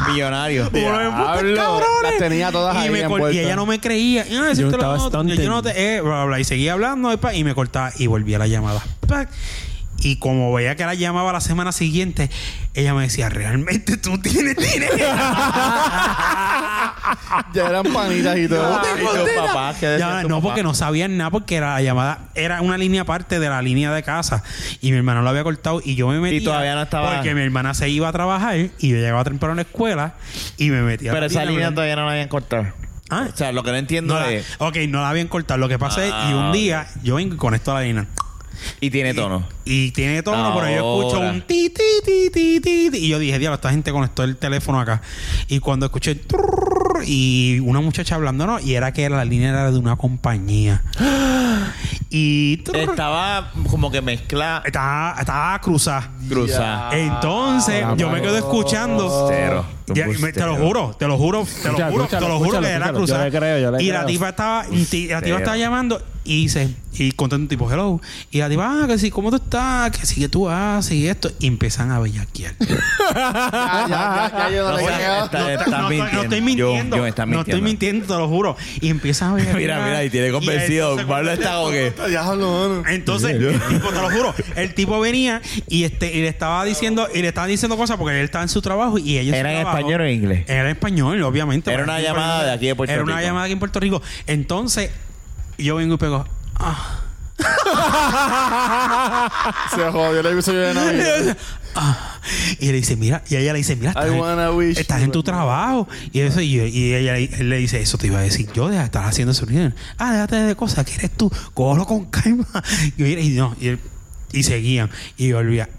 Millonario.
Diablo, las tenía todas
y,
ahí
me cor-
envueltas.
y ella no me creía. Y, ah, eso
Yo
te lo-
estaba
no,
stunting.
yo no te- eh, bla, bla, bla. Y seguía hablando y, pa, y me cortaba y volvía la llamada. Pac. Y como veía que la llamaba la semana siguiente, ella me decía, realmente tú tienes dinero.
Ya eran panitas y todo.
No, te-
Y yo,
papá, ¿qué decía
Ya,
tu
no,
papá?
porque no sabían nada, porque era la llamada, era una línea aparte de la línea de casa. Y mi hermano lo había cortado y yo me metía.
todavía no estaba-
Porque mi hermana se iba a trabajar y yo llegaba temprano a la escuela y me metía. a
Pero
la
esa línea
me-
todavía no la habían cortado.
Ah.
O sea, lo que no entiendo
No la-
es.
ok, no la habían cortado. Lo que pasa
Ah,
es, y un
ok.
día yo vengo y conecto a la línea.
Y tiene tono.
Y tiene tono, pero yo escucho
Ahora.
un ti, ti, ti, ti, ti, ti. Y yo dije, diablo, esta gente conectó el teléfono acá. Y cuando escuché el trrrr, y una muchacha hablando, ¿no? Y era que la línea era de una compañía. y trrrr,
Estaba como que mezcla
estaba, estaba cruzada.
cruzada.
Entonces,
Ah,
yo me quedo escuchando.
Embustero,
Ya, me- te
embustero.
lo juro, te lo juro, te lo
Escucha,
juro, te
escúchalo,
lo juro que
escúchalo,
era
escúchalo.
cruzada.
Yo le creo, yo le
y la
creo.
tipa estaba, ti- la tipa estaba llamando y dice, y contando un tipo, hello. Y la tipa, ah, que sí, ¿cómo tú estás? Que sí, que tú haces y esto. Y empiezan a bellaquear.
Ya, ya, ya, yo no
No,
le
o sea,
creo.
está-
No,
estás
no, no,
mintiendo.
no estoy
Yo-
mintiendo.
yo me estás
No estoy
mintiendo.
mintiendo, te lo juro. Y empiezan a bellaquear.
Mira, mira, y tiene
Y
convencido.
entonces-
Pablo está como que.
Diablo, mano.
Entonces, el tipo, te lo juro, el tipo venía y este y le estaba diciendo y le estaban diciendo cosas porque él estaba en su trabajo y ellos
¿Era en español o en inglés?
Era en español, obviamente.
Era
porque
una
aquí en
llamada
Puerto-
de aquí de Puerto
Era una
Rico.
llamada aquí en Puerto Rico. Entonces, yo vengo y pego. Ah.
Se jodió el episodio de Navidad.
Ah. Y él dice, mira, y ella le dice, mira,
I wanna wish
estás
you
en tu
a-
trabajo. Y eso, y, y ella le- él le dice, eso te iba a decir yo, deja de estar haciendo eso. Ah, déjate de cosas, que eres tú, cógelo con calma. Y, mira, y no, y, él- y seguían. Y yo olvidaba.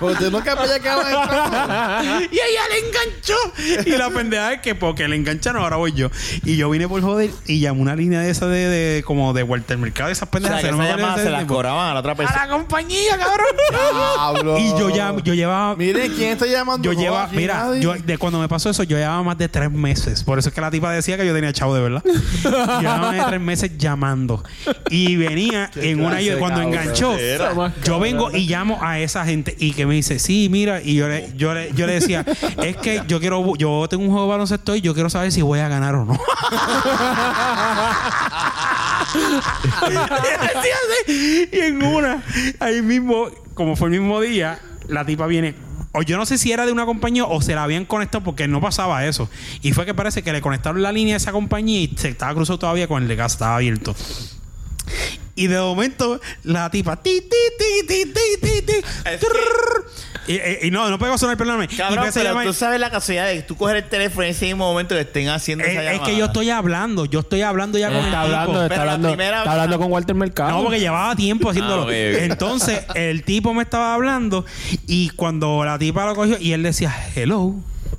Porque tú Pues nunca me llegabas a entrar.
y ella le enganchó. Y la pendeja es que porque le engancharon, ahora voy yo. Y yo vine por joder y llamé una línea de esa de, de- como de vuelta al mercado, esas
O sea,
pendejas.
que
se
esa
no me acuerdo
llamada
de
se
ese
las
tipo.
cobraban a la otra persona.
A la compañía, cabrón.
Diablo.
y yo ya, yo llevaba.
Miren quién está llamando.
yo
No,
lleva,
aquí
mira,
nadie.
yo, de cuando me pasó eso, yo llevaba más de tres meses. Por eso es que la tipa decía que yo tenía chavo de verdad. llevaba más de tres meses llamando. Y venía en una
clase de
cuando
cabrón.
enganchó.
Era más
Yo
cabrón.
vengo y llamo a esa gente y que me dice, sí, mira, y yo le, yo le, yo le decía, es que yo quiero, bu- yo tengo un juego de baloncesto y yo quiero saber si voy a ganar o no. Así, así. y en una, ahí mismo, como fue el mismo día, la tipa viene. o yo no sé si era de una compañía o se la habían conectado porque no pasaba eso. Y fue que parece que le conectaron la línea a esa compañía y se estaba cruzado todavía con el de gas, estaba abierto. Y de momento, la tipa. Ti, ti, ti, ti, ti, ti, ti, trrr. y, eh, y- y no, no pegó a sonar, perdóname. Y
Cabrón,
empecé a
pero
llamar-
tú sabes la casualidad de que tú coger el teléfono en ese mismo momento que estén haciendo
es,
esa
Eh, es
llamada.
que yo estoy hablando, yo estoy hablando ya
Él
con el
está
tipo.
hablando,
pero
está
la
hablando,
primera-
está hablando con Walter Mercado.
No, porque llevaba tiempo haciéndolo.
Ah, ok, ok.
Entonces, el tipo me estaba hablando y cuando la tipa lo cogió y él decía, hello.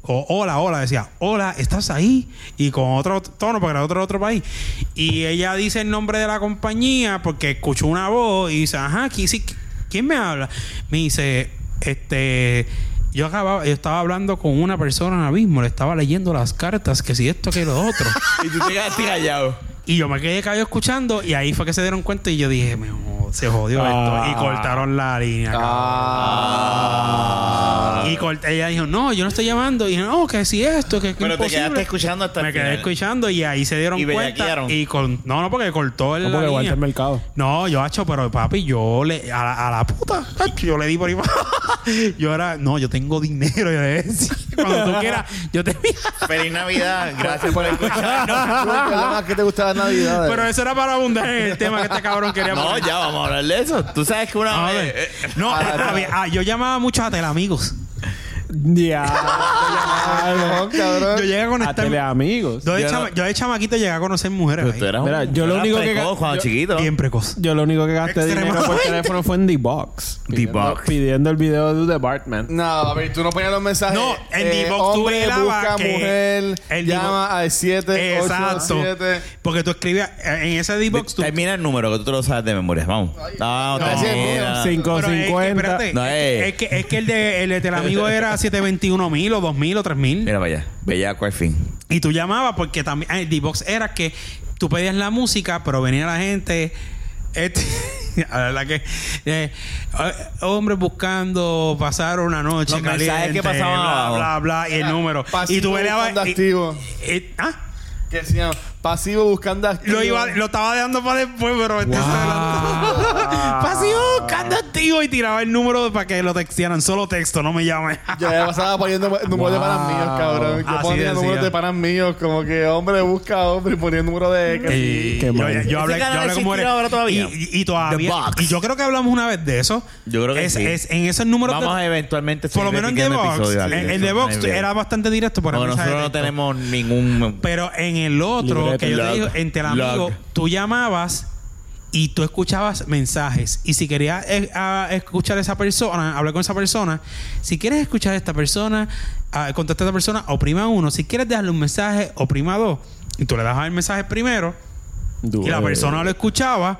O hola, hola, decía, hola, ¿estás ahí? Y con otro tono, porque era otro, otro país. Y ella dice el nombre de la compañía porque escuchó una voz y dice, ajá, ¿qui- sí, qui- ¿quién me habla? Me dice, este, yo acababa, yo estaba hablando con una persona ahora mismo, le estaba leyendo las cartas, que si esto, que lo otro.
Y tú te quedaste callado.
Y yo me quedé callado escuchando y ahí fue que se dieron cuenta y yo dije, "Me jod- se jodió
Ah.
esto. Y cortaron la línea.
Ah.
cabrón. Y cort- ella dijo, no, yo no estoy llamando. Y dije, no, que si esto, que, que
Pero te
imposible".
quedaste escuchando hasta
Me
el
quedé
final.
escuchando y ahí se dieron
Y
cuenta.
bellaquearon.
Y con, no, no, porque cortó el.
No,
la
porque
línea.
Walter Mercado.
No, yo hacho, pero papi, yo le a la, a la puta, ay, yo le di por ahí. yo era, no, yo tengo dinero, yo le decía, cuando tú quieras, yo te
Feliz Navidad. Gracias por escucharnos.
más que te gustaba Navidad?
Pero eso era para abundar en el tema que este cabrón quería
No,
poner.
ya vamos a hablar de eso. Tú sabes que una
A
vez...
ver.
eh,
No, a ver, ah, yo llamaba mucho a Teleamigos.
Diablo.
Yo
cabrón.
llegué a
a
conectar.
teleamigos.
Yo de,
Yo
chama-
no-
yo de chamaquito llegué a conocer mujeres.
pero
ahí.
tú eras
Mira,
un-
yo lo
eras
único que-
precoz cuando
yo-
chiquito.
Bien precoz.
Yo lo único que gasté dinero por
Extremadamente.
teléfono fue en The Box. Pidiendo-
Box.
Pidiendo el video de The Bartman.
No, a ver, tú no ponías los mensajes.
No, en
eh,
D-Box tú
hombre
velabas
busca
que-
mujer,
el D-Box-
llama al 7,
Exacto. Porque tú escribías eh, en ese D-Box. Tú...
Termina el número, que tú te lo sabes de memoria. Vamos. No,
no,
termina.
sí.
Pero es que,
5.50.
espérate,
No, eh.
es, que, es que- es que el de el de Teleamigo era 721 mil o 2 mil o 3 mil.
Mira para allá. Bellaco al fin.
Y tú llamabas porque también. ah, El D-Box era que tú pedías la música, pero venía la gente. Este, a la verdad que. eh, ah, hombres buscando pasar una noche.
Los mensajes
caliente,
que pasaban
Bla,
abajo.
bla, bla. Y el número.
pasivo
Y tú venías.
buscando activo.
ah,
Que se llama pasivo buscando activo.
lo, iba, lo estaba dejando para después, pero este se adelantó. Pasivo buscando activo y tiraba el número para que lo textearan. Solo texto, no me llames.
Yo le pasaba poniendo números de panas míos, cabrón. Yo
Así
ponía
decía.
números de panas míos, como que hombre busca hombre y ponía el número de. que sí.
Y
Qué
Eh, yo,
mal.
yo
¿Ese
hablé, yo
canal
hablé con mujeres.
existirá ahora todavía?
Y, y- y todavía.
The Box.
Y yo creo que hablamos una vez de eso.
Yo creo que
es,
sí.
es- en esos números.
Vamos
de-
a eventualmente
por lo menos en The Box. En, en The Box era bastante directo. Por
Porque
el mensaje
nosotros no
de texto.
tenemos ningún.
Pero en el otro,
Libreto.
que yo te
Log.
digo, en Telamigo,
Log.
tú llamabas y tú escuchabas mensajes. Y si querías eh, a- escuchar a esa persona, hablar con esa persona, si quieres escuchar a esta persona, a, contactar a esta persona, oprima uno. Si quieres dejarle un mensaje, oprima dos. Y tú le das el mensaje primero y
eh,
la persona lo escuchaba.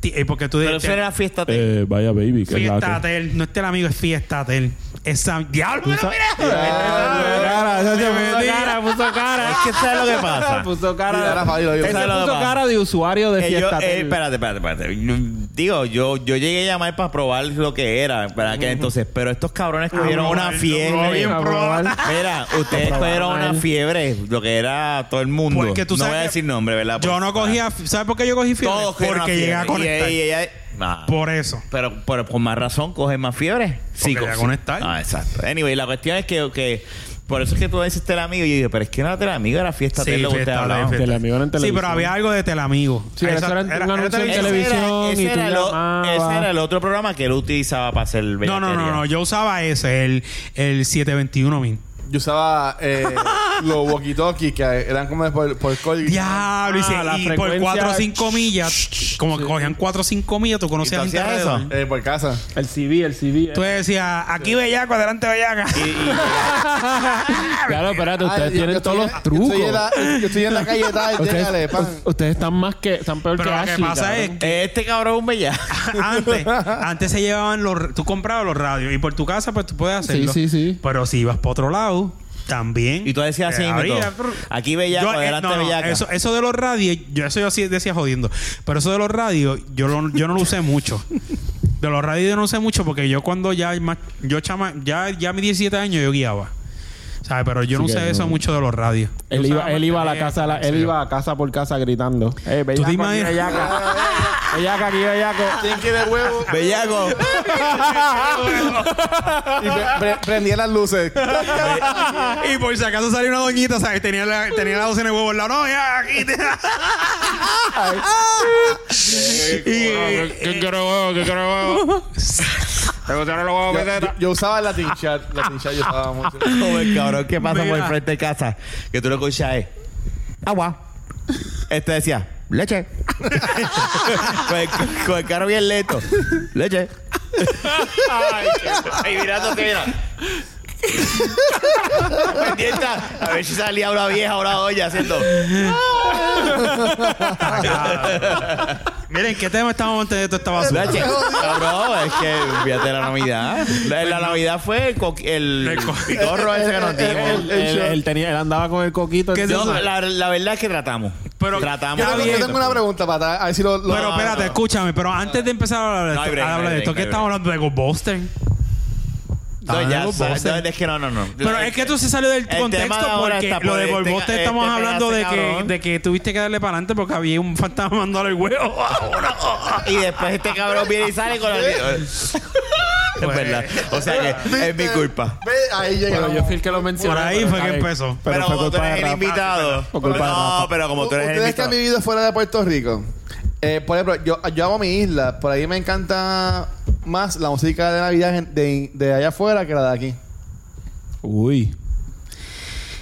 ti- eh, Porque tú
Pero
te-
eso era la fiesta. de-
Eh, vaya baby, que es
Fiesta
la que...
Tel, no es Telamigo, es Fiesta Tel. Es San- ¡Diablo! mira,
Puso
mira!
cara, eso se
Mira,
puso
mira.
cara, puso cara.
Es que sabes lo que pasa.
Pues
Puso
Y
cara.
era Fabio, yo-
Ese
¿Sabes lo que
puso
pasa?
cara de usuario de
Eh, yo-
fiesta.
eh, espérate, espérate, espérate. Yo- Digo, yo, yo llegué a llamar para probar lo que era, para que entonces, pero estos cabrones cogieron una fiebre.
Cabrón.
Mira, ustedes cogieron una fiebre, lo que era todo el mundo.
Porque tú
no
sabes
voy a
que
decir nombre, ¿verdad?
Yo
Por-
no cogía. ¿Sabes por qué yo cogí
para-
fiebre?
todos cogieron una
Porque llegué a
fiebre.
conectar.
Y- y- y- y- Ah.
Por eso.
Pero, pero por más razón coge más fiebre.
Porque
co-
ya conectar.
Ah, exacto. Anyway, la cuestión es que, que por eso es que tú dices telamigo. Y yo digo, pero es que no era telamigo, era fiesta
Sí,
de lo que
fiesta,
ustedes hablaban.
fiesta.
Telamigo era en
Sí,
televisión.
pero había algo de telamigo.
Sí, eso
Esa-
era en- un anuncio en
televisión.
Ese era-
televisión
ese
y tú
era el o-
llamabas.
Ese era el otro programa que él utilizaba para hacer
No, no, no,
bellaquería.
no. Yo usaba ese, el, el 721 min.
Yo usaba eh, los walkie-talkies que eran como por, por código.
Diablo, y si-
Ah, la
y, por
frecuencia-
4 o 5 millas, como que cogían 4 o 5 millas, tú
¿Y
conocías
tú
gente
hacías eso?
alrededor.
Eh, por casa.
El CV, el CV.
Tú decías, aquí bellaco, adelante bellaca.
Claro, espérate, ustedes
Ay, yo-
tienen
yo
todos
estoy-
los trucos.
Yo estoy en la, yo estoy en la calle tal,
Ustedes,
déjale, pan.
u- ustedes están más que están peor
Pero
que
lo que
Ashley,
pasa
cabrón.
es
Este cabrón es un bellaco.
antes, antes se llevaban los. Tú comprabas los radios y por tu casa, pues tú puedes hacerlo.
Sí, sí, sí.
Pero si ibas para otro lado, también.
Y tú decías así,
Eh,
mismo,
habría-
todo. Aquí bellaco,
Yo, eh,
adelante
no, no,
bellaca.
Eso, eso de los radios, yo eso yo sí decía jodiendo. Pero eso de los radios, yo, lo- yo no lo usé mucho. De los radios yo no lo usé mucho porque yo cuando ya más- yo chama, ya, ya a mis 17 años yo guiaba. ¿Sabes? Pero yo no
Sí que
usé eso
no.
mucho de los radios.
Él
Yo
iba,
usaba
él iba a la
mantener,
casa, la-
qué sé
él
yo.
iba a casa por casa gritando. Eh, bellaco,
imaginas?
bellaca. Bellaco, aquí bellaco.
¿Quién quiere huevo?
Bellaco.
Y pre- pre- prendía las luces.
Y por si acaso salió una doñita, ¿sabes? Tenía la, tenía la docena de huevos en la no, ya, aquí. te-
¿Qué quiero huevo? ¿Qué quiero huevo? ¿Te gustaron los huevos,
Yo, yo- yo usaba la Latin Chat. Latin Chat yo usaba mucho.
Joder, cabrón, ¿qué pasa por el
Mira.
frente de casa? Que tú lo escuchas es agua. Este decía, leche. con, el, con el carro bien lento. Leche. Ay, mirando que mira. Pendiente a- A ver si salía una vieja o una olla haciendo.
Miren, ¿qué tema estamos manteniendo toda esta basura?
Leche. Cabrón, es que fíjate la Navidad. La, la Navidad fue el, coqui- el,
El co-
pitorro ese que nos dimos.
Él, él- él tenía, él andaba con el coquito.
¿Qué
entonces-
No, la, la verdad es que tratamos.
Pero-
tratamos.
Yo
Está
tengo, yo
bien.
tengo una pregunta para atrás, a ver si lo. lo-
Pero espérate, escúchame, pero antes de empezar a hablar de
No hay
esto,
break,
a hablar
no hay
de esto
break,
¿qué
no hay
estamos hablando de Ghostbusters?
No,
Ah,
ya,
los
sa-
bosses.
no, es que no, no, no. este-
Pero es que tú se salió del
tema de
contexto
ahora
porque
está
lo
por
de
este-
Golboste
este
estamos
pedazo,
hablando de que,
cabrón.
de que tuviste que darle para adelante porque había un fantasma mandándole el huevo.
Y después este cabrón viene y sale con la... es verdad. O sea que es mi culpa.
Ve, ahí llega.
Pero yo fui el que lo mencionó.
Por ahí
pero
fue
está
que
bien.
empezó.
Pero, fue
como tú
culpa de
eres el
Rafa.
invitado.
Fue culpa de
No,
Rafa.
pero como tú eres el
Ustedes que han
invitado.
vivido fuera de Puerto Rico, eh, por ejemplo, yo, yo amo mi isla. Por ahí me encanta más la música de Navidad en- de, de allá afuera que la de aquí.
Uy.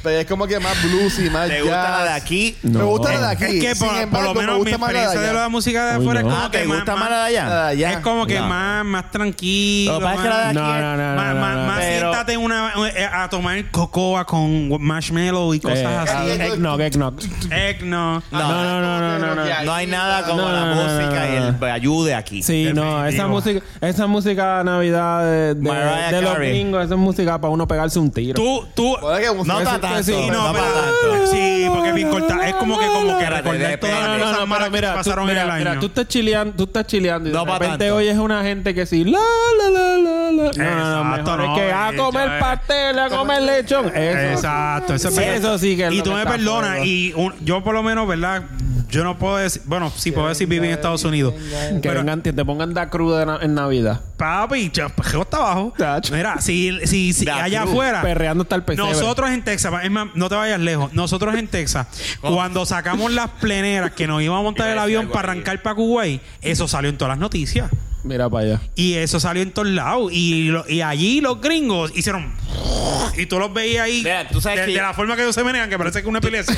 Pero es como que más blues y más
¿Te gusta
jazz.
la de aquí?
Me
No.
gusta la de aquí.
Es que
Sin
por, por
embargo,
lo
me
menos mi
gusta más la de
experiencia de
allá.
la música de afuera
Uy,
es
no.
como
Ah,
que
¿te gusta más la de
La de
allá?
allá.
Es como que
No.
más, más tranquilo.
Lo que pasa es que la de
más-
aquí
No,
es-
no, no,
más,
no,
más-
no, no.
más
Pero-
siéntate en una, eh, a tomar cocoa con marshmallow y
Eh,
cosas así.
Eggnog, eggnog.
Eggnog.
No.
No, no, no, no, no, no.
No hay nada como
No,
la
no, no,
música
no, no.
y el ayude aquí.
Sí, no, esa música, esa música de Navidad de, de-
Mariah
de los
Carey.
gringos, esa es música para uno pegarse un tiro.
Tú, tú.
Joder, que música-
No está
Eso-
tanto.
sí,
Sí, no,
No
pero-
está tanto.
sí, porque es bien corta. Es como que como que
Espérate,
recordar
depende.
todas las
No, no,
cosas malas que
tú-
pasaron en el
mira,
año.
mira, tú estás chileando, tú estás chileando y
No
de
pa'
repente
tanto.
oyes una gente que sí, la, la, la, la, la. No, no, no,
Exacto,
mejor
no,
es que a
eh,
comer
eh.
pastel, a comer lechón. Eso.
Exacto, eso, es
Sí,
verdad.
eso sí que es
Y
lo
tú
que
me
está
perdonas,
fuego.
y un- yo por lo menos, ¿verdad? Yo no puedo decir, bueno, sí puedo decir vivir en Estados Unidos.
Que
Pero-
vengan, te te pongan da cruda en- en Navidad.
Papi, yo pues, está abajo.
Tacho.
Mira, si, si, si
Da
allá
cruz,
afuera.
Perreando hasta el pesebre.
Nosotros en Texas, es más, no te vayas lejos. Nosotros en Texas, cuando sacamos las pleneras que nos íbamos a montar
Iba a
el
decir
avión
algo
para
ahí.
arrancar para Kuwait, eso salió en todas las noticias.
Mira para allá.
Y eso salió en todos lados. Y, lo- y allí los gringos hicieron. Y tú los veías ahí.
Mira, tú sabes
de,
que-
de la forma que ellos se menean, que parece que es una epilepsia.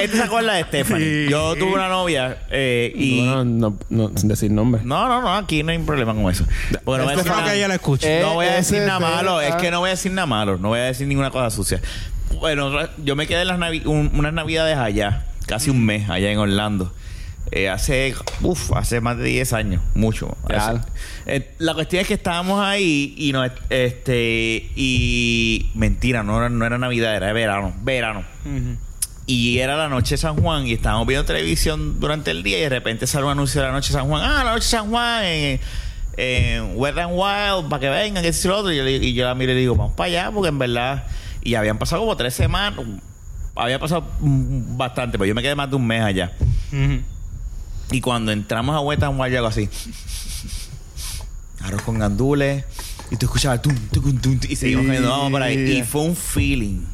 Este se acuerda de Stephanie.
Sí.
Yo tuve una novia eh, y...
Bueno, no, no, sin decir nombre.
No, no, no, aquí no hay problema con eso. Bueno, voy a
Yo
decir
creo que
nada.
ella la escucha.
Eh,
No voy a decir nada
SZ.
malo, es que no voy a decir nada malo, no voy a decir ninguna cosa sucia. Bueno, ra- yo me quedé las navi- un- unas navidades allá, casi un mes allá en Orlando. Eh, hace, uf, hace más de 10 años, mucho.
Ya.
Hace- eh, la cuestión es que estábamos ahí y no, este, y mentira, no era, no era Navidad, era verano, verano. Y era la noche de San Juan y estábamos viendo televisión durante el día y de repente sale un anuncio de la noche de San Juan. Ah, la noche de San Juan en, en Wet and Wild para que vengan, que es lo otro. Y yo, le- y yo la miro y le digo, vamos para allá porque en verdad... Y habían pasado como tres semanas. Había pasado mm, bastante, pero yo me quedé más de un mes allá.
Ujú.
Y cuando entramos a Wet n Wild, yo hago así. Arroz con gandules. Y tú escuchabas tum, tucum, tum, y seguimos comiendo, vamos por ahí. Y fue un feeling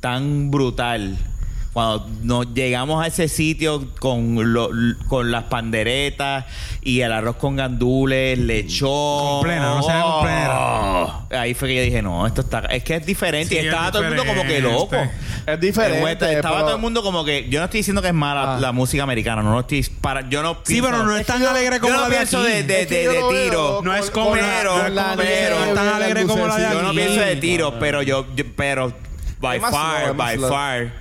tan brutal. Cuando nos llegamos a ese sitio con, lo- con las panderetas y el arroz con gandules, lechón. Oh.
Con plena, no se ve con plena.
Ahí fue que yo dije, no, esto está... Es que es diferente.
Sí,
y estaba
es
todo el mundo como que
diferente.
loco.
Es diferente.
En West- estaba
pero-
todo el mundo como que yo no estoy diciendo que es mala
Ah.
la música americana no lo estoy para yo no
Sí, pero no es tan alegre como
yo no
la de
pienso
aquí.
de, de-
Es que
de-
yo
de
lo veo
tiro
con-
No es
con
como
la-
pero-
con la
pero-
nieve,
no es
tan
la
alegre como la de
lucecita.
yo no
aquí.
pienso de tiro
Ah.
pero yo, yo- pero by
Es más slow,
far
es más
by
slow.
far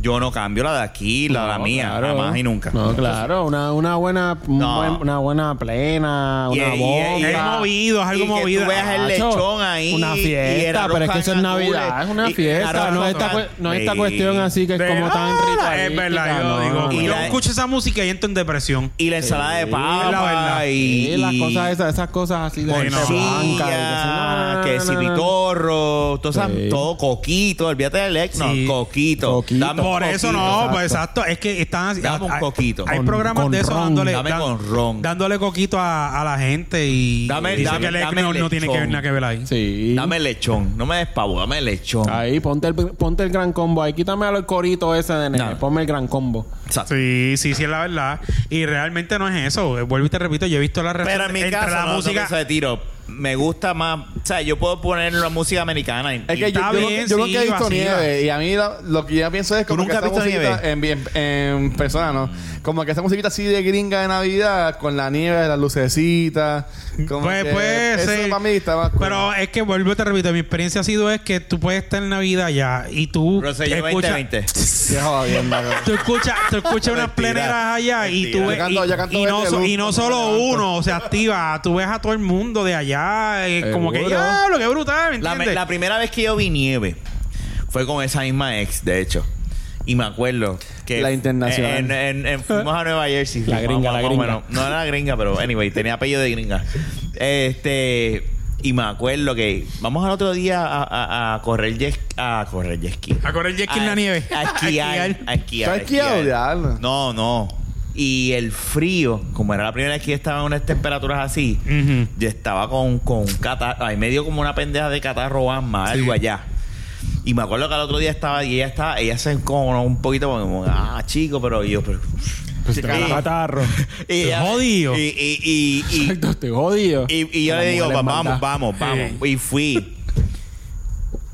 yo no cambio la de aquí la de la
No,
mía
claro.
jamás y nunca
No, claro. Una, una buena... un
No.
buen- una buena plena,
Y-
una
y-
bomba.
y-
Es movido, es
Y
algo
que tú
movido.
veas el
Nacho,
lechón ahí
Una
y el
fiesta,
arroz
pero es que eso es
con
Navidad,
gandules,
es una
y-
fiesta.
arroz
No
con
es esta,
gan-
cue- no es esta
Sí.
cuestión así que es
De-
como tan
Ah,
ritualística.
Es verdad, yo
No,
digo.
no,
y
no.
yo
la-
escucho esa música y entro en depresión.
y la ensalada de papa
la verdad.
y,
Sí, las
y-
cosas esas, esas cosas así de
Morcilla,
gente blanca, de
Morcilla, que
que
si
ah, no, no, no, no, no.
pitorro, todo, esa-
Sí.
todo coquito, olvídate del ex, no,
Sí.
coquito.
Coquito.
Dame
Ah, Por eso no, pues exacto. Es que están así.
Dame un
hay-
coquito.
Hay
Con-
programas
con
de eso
ron.
dándole,
Dame con ron.
dándole coquito a, a la gente y
Dame-
dice
dame-
que le-
dame
no, no tiene que ver
lechón.
nada que ver ahí.
Sí.
Dame lechón. No me des pavo, dame lechón.
Ahí, ponte el, ponte el gran combo. Ahí quítame al corito ese de nene.
No.
Ponme el gran combo.
Exacto.
Sí, sí, sí, es la verdad. Y realmente no es eso. Eh, Vuelvo y te repito, yo he visto la
Pero en mi caso,
la
no, no
música.
pienso de tiro. Me gusta más. O sea, yo puedo poner la música americana. y-
Es que
y-
yo,
Está
yo,
bien,
yo
sí,
nunca he visto
vacila.
nieve y a mí la- lo que yo pienso es como
nunca
que
has
esta
visto
musiquita
nieve?
En, bien- en persona, ¿no? Como que esta musiquita así de gringa de Navidad con la nieve, las lucecitas. Como
Pues,
que
pues,
eso
sí.
para mí está más cool.
Pero es que vuelvo y te repito, mi experiencia ha sido es que tú puedes estar en Navidad ya y tú
Rosselló 2020.
Qué jodiendo, cabrón.
Tú escuchas, tú escuchas unas
Mentira,
pleneras allá y tú
mentira.
Yo
ves,
canto-
y,
yo canto
y no,
este
so- y
luto,
no
me
solo
levanto.
uno se activa, tú ves a todo el mundo de allá, eh, como que
Seguro.
ya, lo que brutal, ¿me
La, me-
entiendes?
la primera vez que yo vi nieve fue con esa misma ex, de hecho. Y me acuerdo que.
La internacional.
En, en- en- fuimos a Nueva Jersey.
La gringa, la gringa.
no era la gringa, pero anyway, tenía apellido de gringa. Este. Y me acuerdo que vamos al otro día a, a- a correr jet a correr jet ski.
A correr jet ski en la nieve.
A esquiar.
A
a esquiar, a
esquiar.
esquiar.
¿Tú has esquiado, diablo?
No, no. Y el frío, como era la primera vez que yo estaba en unas temperaturas así,
Ujú.
yo estaba con, con un catarro. Ahí me dio como una pendeja de catarro asma, algo allá. Y me acuerdo que al otro día estaba, y ella estaba, ella se como un poquito como, ah, chico, pero y yo, pero.
Pues
Sí.
te catarro.
Y ella-
jodido.
Y, y, y, y,
Exacto, estoy jodido.
y- y yo
La
le digo,
mujer es
vamos,
maldad.
vamos, vamos. Y fui.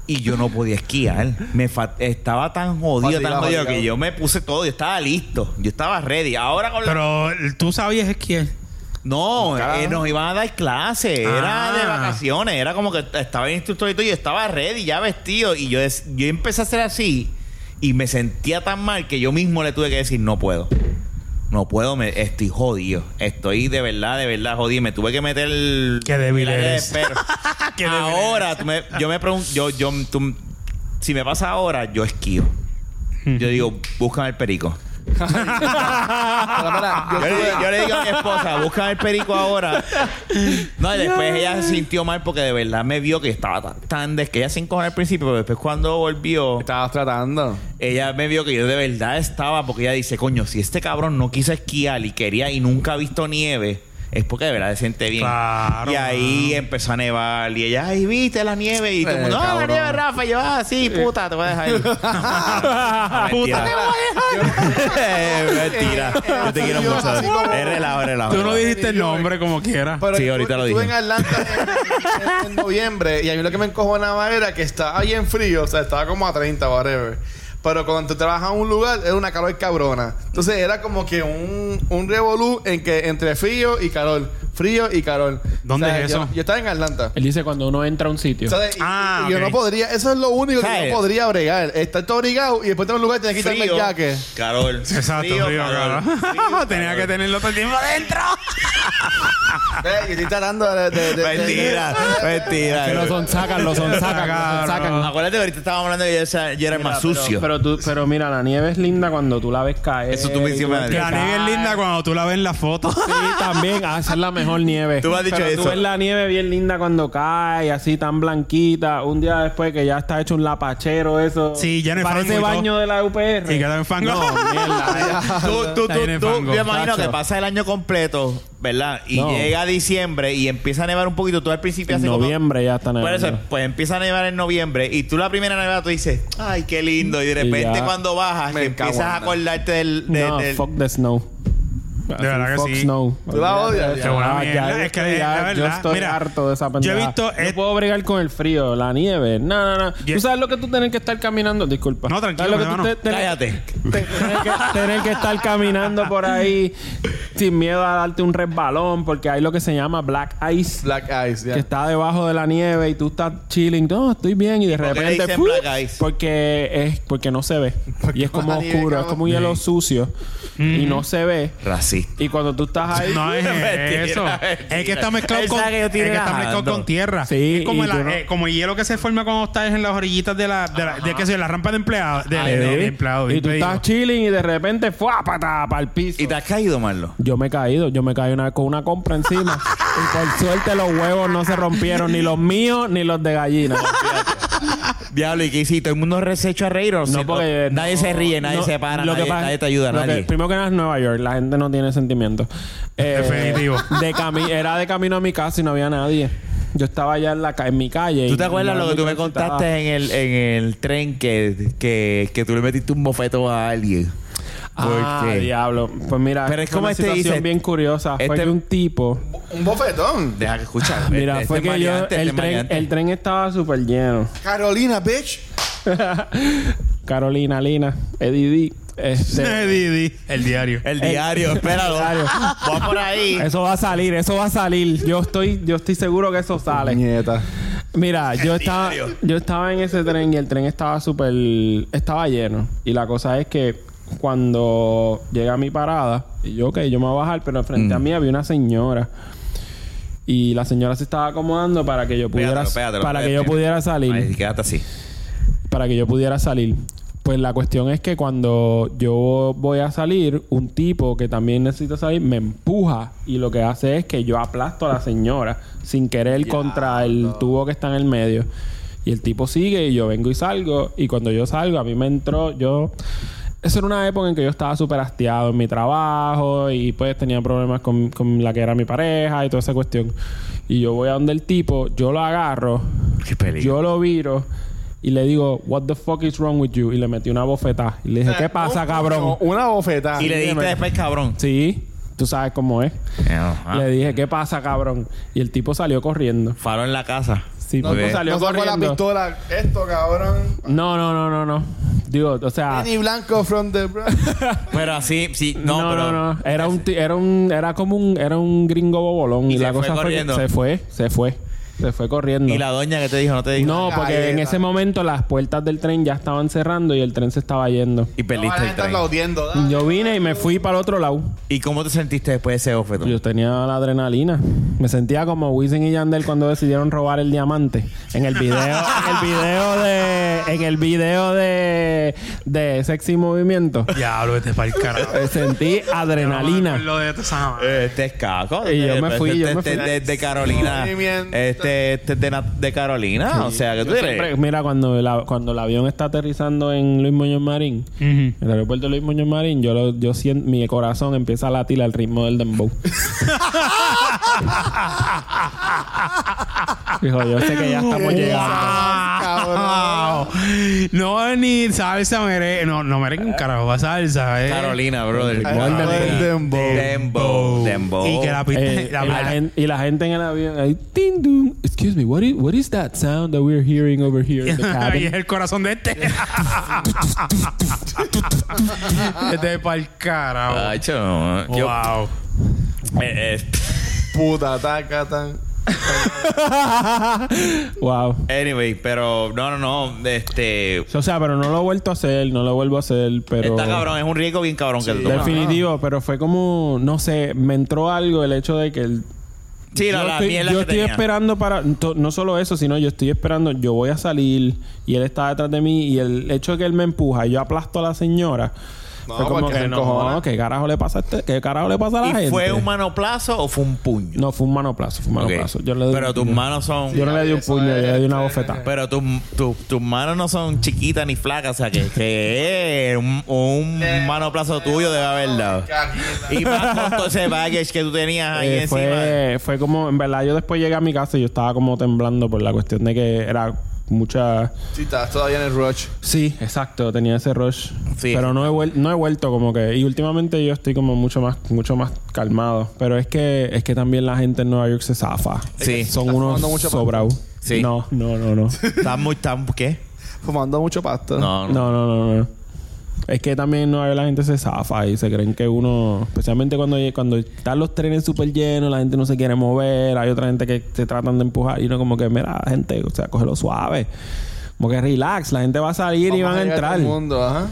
Y yo no podía esquiar. Me fa- estaba tan jodido,
Fatigado,
tan jodido
fatigado.
que yo me puse todo. Yo estaba listo. Yo estaba ready. Ahora con la-
Pero tú sabías esquiar.
No,
Carajo.
eh, nos iban a dar clases. Era
Ah.
de vacaciones. Era como que estaba el instructor y todo. Y yo estaba ready, ya vestido. Y yo, es- yo empecé a hacer así. Y me sentía tan mal que yo mismo le tuve que decir, no puedo. No puedo, me, estoy jodido. Estoy de verdad, de verdad jodido. Me tuve que meter el...
Qué débil
el área de
eres.
espero.
Qué débil
ahora, tú me- yo me pregunto... Yo, yo, tú- si me pasa ahora, yo esquío. Yo digo, búscame el perico.
Pero, espera, yo
Yo le,
estuve-
yo le digo a mi esposa, busca el perico ahora. No, y después ella se sintió mal porque de verdad me vio que estaba tan, tan des... que ella se encojonó al principio, pero después cuando volvió,
Estabas tratando.
ella me vio que yo de verdad estaba, porque ella dice, coño, si este cabrón no quiso esquiar y quería y nunca ha visto nieve, es porque de verdad se siente bien.
Claro,
y ahí empezó a nevar y ella, ay, viste la nieve y todo el
Eh,
mundo, no, la
cabrón.
nieve, Rafa, y yo, ah, sí, puta, te voy a dejar ir.
Puta,
te mentira. Yo te quiero mucho.
Así como-
Es relajo, es relajo.
Tú no dijiste el
Yo-
nombre como quieras.
Pero
Sí,
yo
ahorita lo
estuve
dije.
en Atlanta en, en- en noviembre y a mí lo que me encojonaba era que estaba bien frío, o sea, estaba como a 30, whatever. Pero cuando tú trabajas en un lugar, era una calor cabrona. Entonces era como que un, un revolú en que entre frío y calor. Frío y calor.
¿Dónde es
yo-
eso?
Yo, estaba en Atlanta.
Él dice cuando uno entra a un sitio.
¿Sabes? Y-
Ah,
y yo
ok.
no podría, eso es lo único que yo
¿Sabes?
no podría bregar. Estar todo abrigado y después tener un lugar y tener que quitarme el jaque.
Carol.
Exacto, frío,
calor.
cabrón.
Frío,
Tenía
calor.
que tenerlo todo el tiempo adentro.
Eh, y estoy tratando de. de- de- de-
Mentira, mentira.
Que lo son sacan, lo son sacan,
Cabrón.
lo sacan.
Acuérdate que ahorita estábamos hablando que yo, era- yo era el más sucio.
Pero, tú, pero mira, la nieve es linda cuando tú la ves caer.
Eso tú me hiciste
y ves
mal.
que
La nieve es
cae.
linda cuando tú la ves en la foto.
Sí, también. Ah, esa es la mejor nieve.
Tú me has dicho
Pero
eso.
Tú ves la nieve bien linda cuando cae, así tan blanquita. Un día después que ya está hecho un lapachero, eso.
Sí, ya no hay
Parece
fango y
baño
todo.
de la UPR.
Y queda en fango.
No, mierda.
tú, tú, tú,
Ahí viene
tú,
fango.
yo imagino
Chacho.
que pasa el año completo, ¿verdad? Y
No.
llega diciembre y empieza a nevar un poquito. Tú al principio
En
haces como-
noviembre ya está
Por
nevando.
eso, pues empieza a nevar en noviembre y tú la primera nevada tú dices, ay, qué lindo. Y de repente
ya.
cuando bajas,
Me
que empiezas
cago en
a
la-
acordarte del... de-
no,
del-
fuck the snow. De
verdad que sí.
Snow.
Tú la odias.
Qué buena
Ah,
mierda.
yo
Es que
estoy-
es la
yo
verdad.
estoy
Mira,
harto de esa
yo he
pendeja.
visto-
No
eh,
puedo bregar con el frío, la nieve. No, no, no.
Yo-
¿Tú sabes lo que tú tienes que estar caminando? Disculpa.
No, tranquilo,
¿Sabes lo que
hermano.
tú te- tienes-
Cállate.
te- tener, que, tener que estar caminando por ahí sin miedo a darte un resbalón porque hay lo que se llama black ice
Black Eyes, ya.
que está debajo de la nieve y tú estás chilling no estoy bien y de
por qué le
repente
dicen
¡puf!
black ice?
porque es porque no se ve
Porque
y es como
la nieve,
oscuro es
cabrón.
como un hielo sucio y
Mm.
no se ve
Racista.
y cuando tú estás ahí
No es
Mentira,
eso.
mentira.
Es que está mezclado
Él
con,
sabe que yo
es
estoy
que está
relajando.
mezclado con tierra.
Sí,
es como,
y
la-
tú no-
eh, como el hielo que se forma cuando estás en las orillitas de la, de, la- de que sea, la rampa de empleado. De,
Sí.
de- de empleado
y tú
impedido.
estás chilling y de repente fue para el piso
¿Y te has caído, Marlo?
Yo me he caído, yo me caí una vez con una compra encima. y por suerte los huevos no se rompieron, ni los míos ni los de gallina.
Diablo, ¿y qué hiciste? ¿Todo el mundo se echó a reír? o se-
No, porque
o- nadie se ríe, nadie
no,
se para,
lo
nadie,
que pasa-
nadie te ayuda,
lo que-
nadie.
primero que nada es Nueva York, la gente no tiene sentimientos. Eh,
Definitivo.
De cami- era de camino a mi casa y no había nadie. Yo estaba allá en, la ca- en mi calle.
¿Tú
y
te acuerdas
no
lo que tú me
había visitada.
contaste en el, en el tren que, que, que tú le metiste un bofeto a alguien?
Ah,
Porque-
diablo. Pues mira,
Pero es
fue
como
una
este
situación
dice-
bien curiosa. Fue
este-
que un tipo...
Un bofetón.
Deja que escuchar.
Mira,
Este
fue
es
que yo...
maleante, este
El
es
tren,
maleante.
el tren estaba súper lleno.
Carolina, bitch.
Carolina, Lina, Eddie D. Este,
Didi, el diario.
El diario, espéralo. Va por ahí.
eso va a salir, eso va a salir. Yo estoy, yo estoy seguro que eso sale.
Nieta.
Mira, yo estaba, yo estaba en ese tren y el tren estaba súper... Estaba lleno. Y la cosa es que cuando llegué a mi parada, y yo, ok, yo me voy a bajar, pero frente
Mm.
a mí había una señora. Y la señora se estaba acomodando para que yo pudiera...
Pégatelo, pégatelo,
para que
pégatelo.
yo pudiera salir.
Ahí, quédate así.
Para que yo pudiera salir. Pues la cuestión es que cuando yo voy a salir, un tipo que también necesita salir me empuja y lo que hace es que yo aplasto a la señora sin querer contra el tubo que está en el medio. Y el tipo sigue y yo vengo y salgo. Y cuando yo salgo, a mí me entró, yo... Eso era una época en que yo estaba súper hastiado en mi trabajo y pues tenía problemas con, con la que era mi pareja y toda esa cuestión. Y yo voy a donde el tipo, yo lo agarro,
Qué peligro.
yo lo viro y le digo, What the fuck is wrong with you? Y le metí una bofetada. Y le dije, ¿qué pasa, cabrón?
Una bofetada.
y le diste
dime.
después, cabrón.
Sí, tú sabes cómo es.
Ajá.
Le dije, ¿qué pasa, cabrón? Y el tipo salió corriendo.
Faro en la casa.
Sí,
Muy
pues,
bien.
salió
No sacó la
corriendo.
pistola. Esto, cabrón.
No, no, no, no, no. Digo, o sea.
Benny Blanco from the... Bronx.
Pero así, sí, no,
No, no,
pero.
no, Era un, ti- era un, era como un, era un gringo bobolón.
Y
Y,
se
la
fue
cosa fue que
corriendo.
se fue, se fue, se fue corriendo.
Y la doña que te dijo, no te dijo.
No, porque en
Galleta.
ese momento las puertas del tren ya estaban cerrando y el tren se estaba yendo.
Y
No,
perdiste
van a
el
estar
tren.
aplaudiendo. da.
Yo vine y me fui para el otro lado.
¿Y cómo te sentiste después de ese bofetón?
Yo tenía la adrenalina. Me sentía como Wisin y Yandel cuando decidieron robar el diamante. En el video, en el video de, en el video de, de Sexy Movimiento.
Diablo, este para el carajo.
Eh, Sentí adrenalina.
Lo de esa mamá.
Este es caco.
Y yo
Eh,
me
pues,
fui,
este-
yo me
este
fui.
es de, de Carolina.
Movimiento.
Este este es de, na- de Carolina. O sea, que tú
Siempre-
eres.
mira, cuando, la- cuando el avión está aterrizando en Luis Muñoz Marín,
Ujú.
en el aeropuerto de Luis Muñoz Marín, yo, lo- yo siento, mi corazón empieza a latir al ritmo del dembow. Hijo, yo sé que ya estamos
Eh.
llegando.
Wow. Ah, No es ni salsa merengue. No, no merengue un carajo. Va salsa, eh.
Carolina, brother.
Carolina.
Carolina.
Dembow.
Dembow. Dembow.
Oh. Y que la pista.
Eh,
la,
y, la
la-
gente, y la gente en el avión ahí, "Ting, dum. excuse me what is, what is that sound that we're hearing over here in the
y
cabin
es el corazón de este. este es para el carajo.
Ah, yo no, yo-
wow.
eh, eh,
Puta, taca, tan.
wow
Anyway, pero no, no, no. Este.
o sea pero no lo he vuelto a hacer no lo vuelvo a hacer pero
Está cabrón, es un riesgo bien cabrón que tú tomas.
definitivo pero fue como no sé me entró algo el hecho de que el
Sí, la,
yo
la
estoy,
mierda
yo
que
estoy
tenía.
esperando para to- no solo eso sino yo estoy esperando yo voy a salir y él está detrás de mí y el hecho de que él me empuja yo aplasto a la señora
No,
fue como
porque
que
se
no,
encojona.
qué carajo le pasa a este qué carajo le pasa a la gente
¿Y fue un manoplazo o fue un puño?
No, fue un manoplazo, fue un
Ok.
manoplazo. Yo le doy
Pero Pues
un
tus
puño.
manos son.
Yo no le di un
Eso
puño, yo
es-
le di una
eso es-
bofetada.
Pero tus tu- tus manos no son chiquitas ni flacas, o sea que, que es un, un manoplazo tuyo debe haber dado.
Caquita.
Y más con todo ese baggage que tú tenías ahí
Eh,
encima.
fue, fue como, en verdad, yo después llegué a mi casa y yo estaba como temblando por la cuestión de que era mucha.
Sí, estás todavía en el rush.
Sí, exacto, tenía ese rush.
Sí.
Pero no he, vuel- no he vuelto como que. Y últimamente yo estoy como mucho más, mucho más calmado. Pero es que, es que también la gente en Nueva York se zafa.
Sí.
Son
Está
unos
fumando mucho
sobrados.
Sí.
No, no, no, no.
¿Estás muy tan qué?
Fumando mucho pasto.
No, no.
No, no, no, no. Es que también no la gente se zafa y se creen que uno, especialmente cuando, cuando están los trenes súper llenos, la gente no se quiere mover, hay otra gente que se tratan de empujar y uno como que, mira, gente, o sea, cógelo suave. Como que relax, la gente va a salir
Vamos
y van a
llegar a
entrar.
todo el mundo, ajá.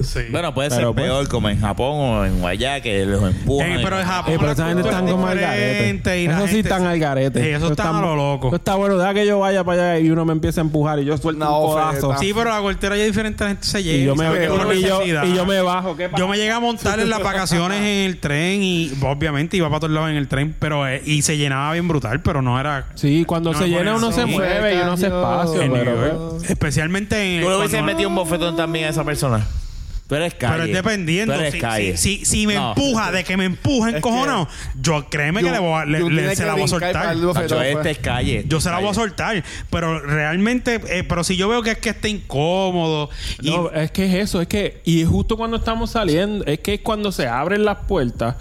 Sí.
Bueno, puede
Pero,
ser
pues.
peor como en Japón o en Guayá que los empujan.
Eh,
y-
pero en Japón.
Eh, pero esa
la
gente
cultura
están
es
como al
diferente
garete.
y la
Eso sí
gente
están
se-
al garete.
Sí, eso está
están
a lo loco.
Eso está bueno. Deja que yo vaya para allá y uno me empieza a empujar y yo suelto
No,
un codazo.
feta.
Sí, pero la cultura ya es diferente, la gente se llega.
Y yo, me,
sabe que uno
y, yo, y yo me bajo. ¿Qué pasa?
Yo me llegué a montar en las vacaciones en el tren y obviamente iba para todos lados en el tren, pero eh, y se llenaba bien brutal, pero no era
Sí, cuando
No
se
me
llena
ponen
uno se
así.
mueve y uno se espacio.
en
pero,
New
pues,
York. Especialmente en
Tú le
cuando
hubieses
no-
metido un bofetón también a esa persona. Tú eres calle.
Pero es dependiendo.
Tú eres
Si,
calle.
si- si- si me
No.
empuja, de que me empuja
que-
encojonado, yo créeme que le voy a- le-
Jun
le-
tiene
se
que
la voy a
brincar para
soltar.
el bofetón,
Nacho,
pues.
este es calle.
Yo se la voy a
Calle.
soltar. Pero realmente, eh, pero si yo veo que es que está incómodo y
No, es que es eso, es que, y justo cuando estamos saliendo, es que es cuando se abren las puertas,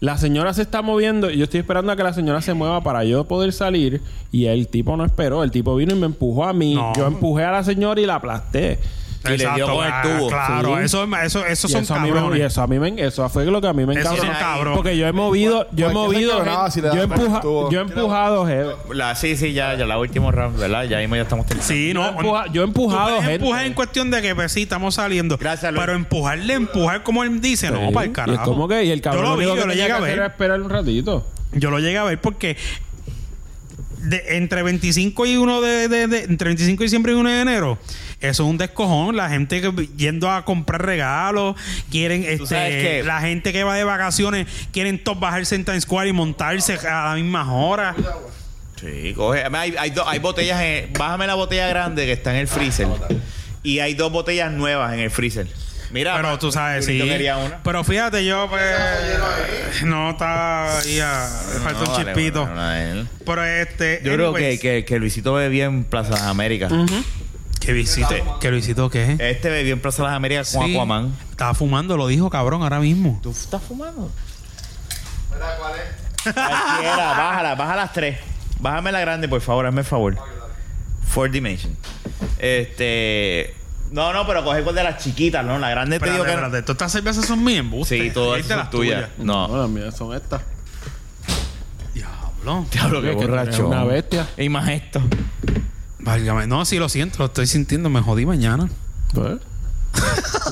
la señora se está moviendo y yo estoy esperando a que la señora se mueva para yo poder salir y el tipo no esperó, el tipo vino y me empujó a mí,
No.
yo empujé a la señora y la aplasté.
Y le dio con el
ah,
tubo.
Claro,
Sí.
eso, eso, eso
Y
son
eso a mí me- y
cabrones.
eso a mí me, eso fue lo que a mí me
Esos
encantó.
son cabrones.
Porque yo he
Pues,
movido, yo
Cualquier
he movido,
cabronada, si le
yo, he
das con el
empuja-
tubo.
yo he empujado, jefe.
La, sí, sí, ya, ya la última round, ¿verdad? Ya mismo ya estamos terminando.
Sí,
Yo he
no.
empuja- yo he empujado
Tú puedes
gente.
empujar en cuestión de que pues, sí, estamos saliendo.
Gracias, Luis.
Pero empujarle, empujar como él dice, no,
Sí.
para el
Y
carajo.
es como que, y el cabrón
yo lo vi,
único que
yo lo
tenía
llegué a
que hacer era
ver.
esperar un ratito.
Yo lo llegué a ver porque de- entre 25 y 1 de, de- de- entre 25 de diciembre y 1 de enero, eso es un descojón. La gente que- yendo a comprar regalos, quieren,
sabes
este,
qué?
la gente que va de vacaciones, quieren todos bajarse en Times Square y montarse a las mismas horas.
Sí, coge. Además, Hay, hay, do- hay botellas. En, bájame la botella grande que está en el freezer. Y hay dos botellas nuevas en el freezer. Mira,
Pero tú sabes, sí.
Yo quería una.
Pero fíjate, yo pues no está ahí, ah, le falta
No,
un
vale,
chispito.
bueno, no, él.
Pero este
Yo creo que,
anyways, Mm.
que, que Luisito bebió en Plaza las Américas.
que visite, que visitó qué?
Este bebió en Plaza las Américas con
Sí.
Aquaman.
Estaba fumando, lo dijo cabrón ahora mismo.
¿Tú estás fumando? Cualquiera, bájala, baja las tres. Bájame la grande, por favor, hazme el favor. Four Dimension. Este. No, no, pero coge cuál de las chiquitas, ¿no? La grande te
Espérate,
digo que.
espérate, todas estas cervezas son mías, embuste.
Sí, todas
Esta es la
son tuyas.
Ah.
No.
las mías son estas.
Diablo.
Diablo, qué
Es que tú eres
borracho.
una bestia.
Y más esto.
Válgame. No, sí, lo siento, lo estoy sintiendo. Me jodí mañana.
Pues.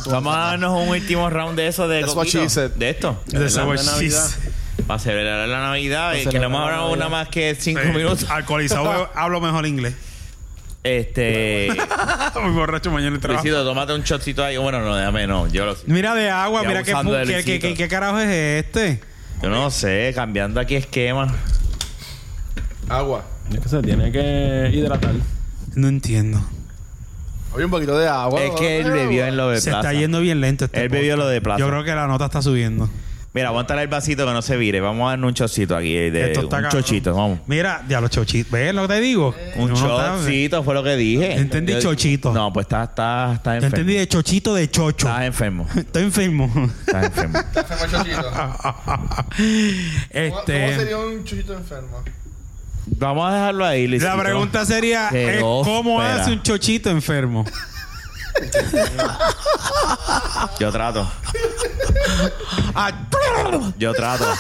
Vamos a darnos un último round de eso de
That's what
coquito,
she said.
De esto.
De sabor
Navidad.
chis.
Para celebrar la Navidad, eh, que
celebrar
no hemos
la
hablado
Navidad.
una más que cinco
Eh,
minutos.
Alcoholizado, hablo mejor inglés.
Este.
Muy borracho mañana el trabajo.
Luisito, tómate un shotcito ahí. Bueno, no, déjame, no. Yo lo
Mira de agua,
Ya
mira qué,
abusando
fu-
de
qué, qué,
Luisito.
qué- qué carajo es este.
Yo no sé, cambiando aquí esquema.
Agua.
Es que se tiene que hidratar.
No entiendo.
Oye, un poquito de agua.
Es que él bebió en lo de
Se
plaza.
está yendo bien lento este
Él bebió
podcast.
lo de plaza.
Yo creo que la nota está subiendo.
Mira, aguántale el vasito que no se vire. Vamos a darle un chocito aquí. eh, De,
Esto está
un
cabrón.
chochito, vamos.
Mira, ya los chochitos. ¿Ves lo que te digo?
Un
Uno está-
chocito fue lo que dije.
Yo entendí
Yo-
chochito.
No, pues estás está, está
Yo
enfermo.
entendí de chochito de chocho.
Estás enfermo.
Estoy enfermo.
Estás enfermo.
¿Cómo
este.
sería un chuchito enfermo?
Vamos a dejarlo ahí, Luisito.
La pregunta sería:
Qué
eh, ¿cómo
óspera.
hace un chochito enfermo?
Yo trato.
Ah,
Yo trato.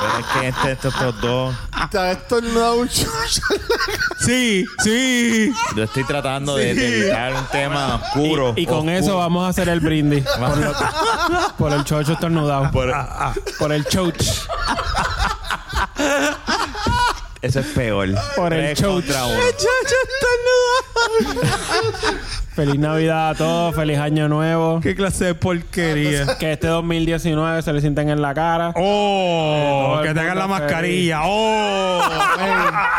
Pero es que este, estos, estos dos.
Te ha estornudado un chucho.
sí, sí.
Yo estoy tratando de, de evitar un tema oscuro.
Y con
oscuro.
eso vamos a hacer el brindis. por, lo- por el chocho estornudado. Por,
Por-
el choch.
eso es peor.
Por el
Tres
chocho.
contra uno.
Feliz Navidad a todos. Feliz Año Nuevo.
Qué clase de porquería.
Que este 2019 se le sienten en la cara.
Oh,
Eh,
Todo el
que te hagan la
mundo
mascarilla. Oh,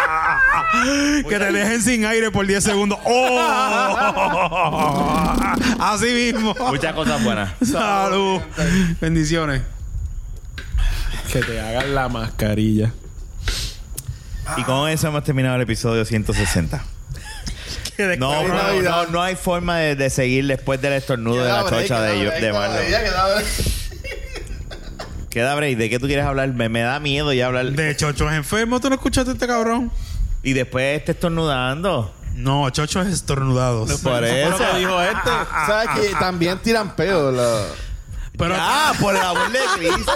que te dejen sin aire por 10 segundos. Oh, así mismo.
Muchas cosas buenas.
Salud. Bendiciones.
Que te hagan la mascarilla.
Y con eso hemos terminado el episodio 160. No,
Feliz
no,
Navidad.
no, no hay forma de, de seguir después del estornudo de la chocha de, yo- de Marlon. Queda break, ¿de qué tú quieres hablar? Me, me da miedo ya hablar.
De chochos enfermos, ¿tú no escuchaste este cabrón?
Y después este estornudando.
No, chochos estornudados.
Por eso.
dijo este. ¿Sabes que también tiran pedo? la-
Pero,
¡Ah, por el amor de Cristo!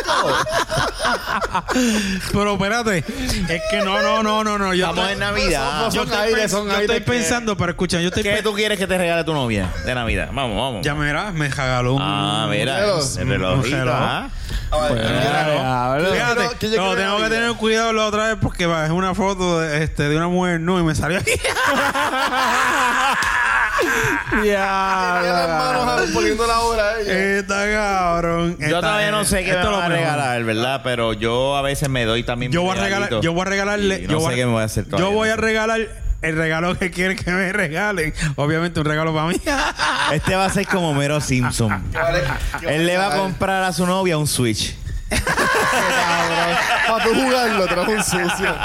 pero espérate, es que no, no, no, no, no. Yo
Estamos
estoy-
en Navidad.
Yo
Son
estoy,
aires,
pens-
son
yo
aires
estoy
que-
pensando, pero escucha, yo estoy
¿Qué
pensando.
tú quieres que te regale tu novia de Navidad? Vamos, vamos.
Ya me verás, me regaló un.
Ah, mira,
reloj.
el relojito,
Un reloj.
ah.
Diablo.
Yo
Fíjate,
quiero- yo
no,
quiero
tengo que
Navidad.
tener cuidado la otra vez porque bajé una foto de, este, de una mujer no y me salió aquí.
Ah,
Tiene las manos poniendo la hora. eh.
Está cabrón.
Yo
Está-
todavía no sé qué me
esto es lo
va a
mejor.
regalar, ¿verdad? Pero yo a veces me doy también
Yo
mis
voy a regalar,
regalitos.
yo voy a regalarle.
Y
yo
no sé
voy
qué me voy a hacer todavía.
Yo voy a regalar el regalo que quieren que me regalen. Obviamente un regalo para mí.
Este va a ser como Mero Simpson.
Vale,
ah, Él le va a comprar a su novia un Switch.
Para tú jugarlo, trajo un sucio.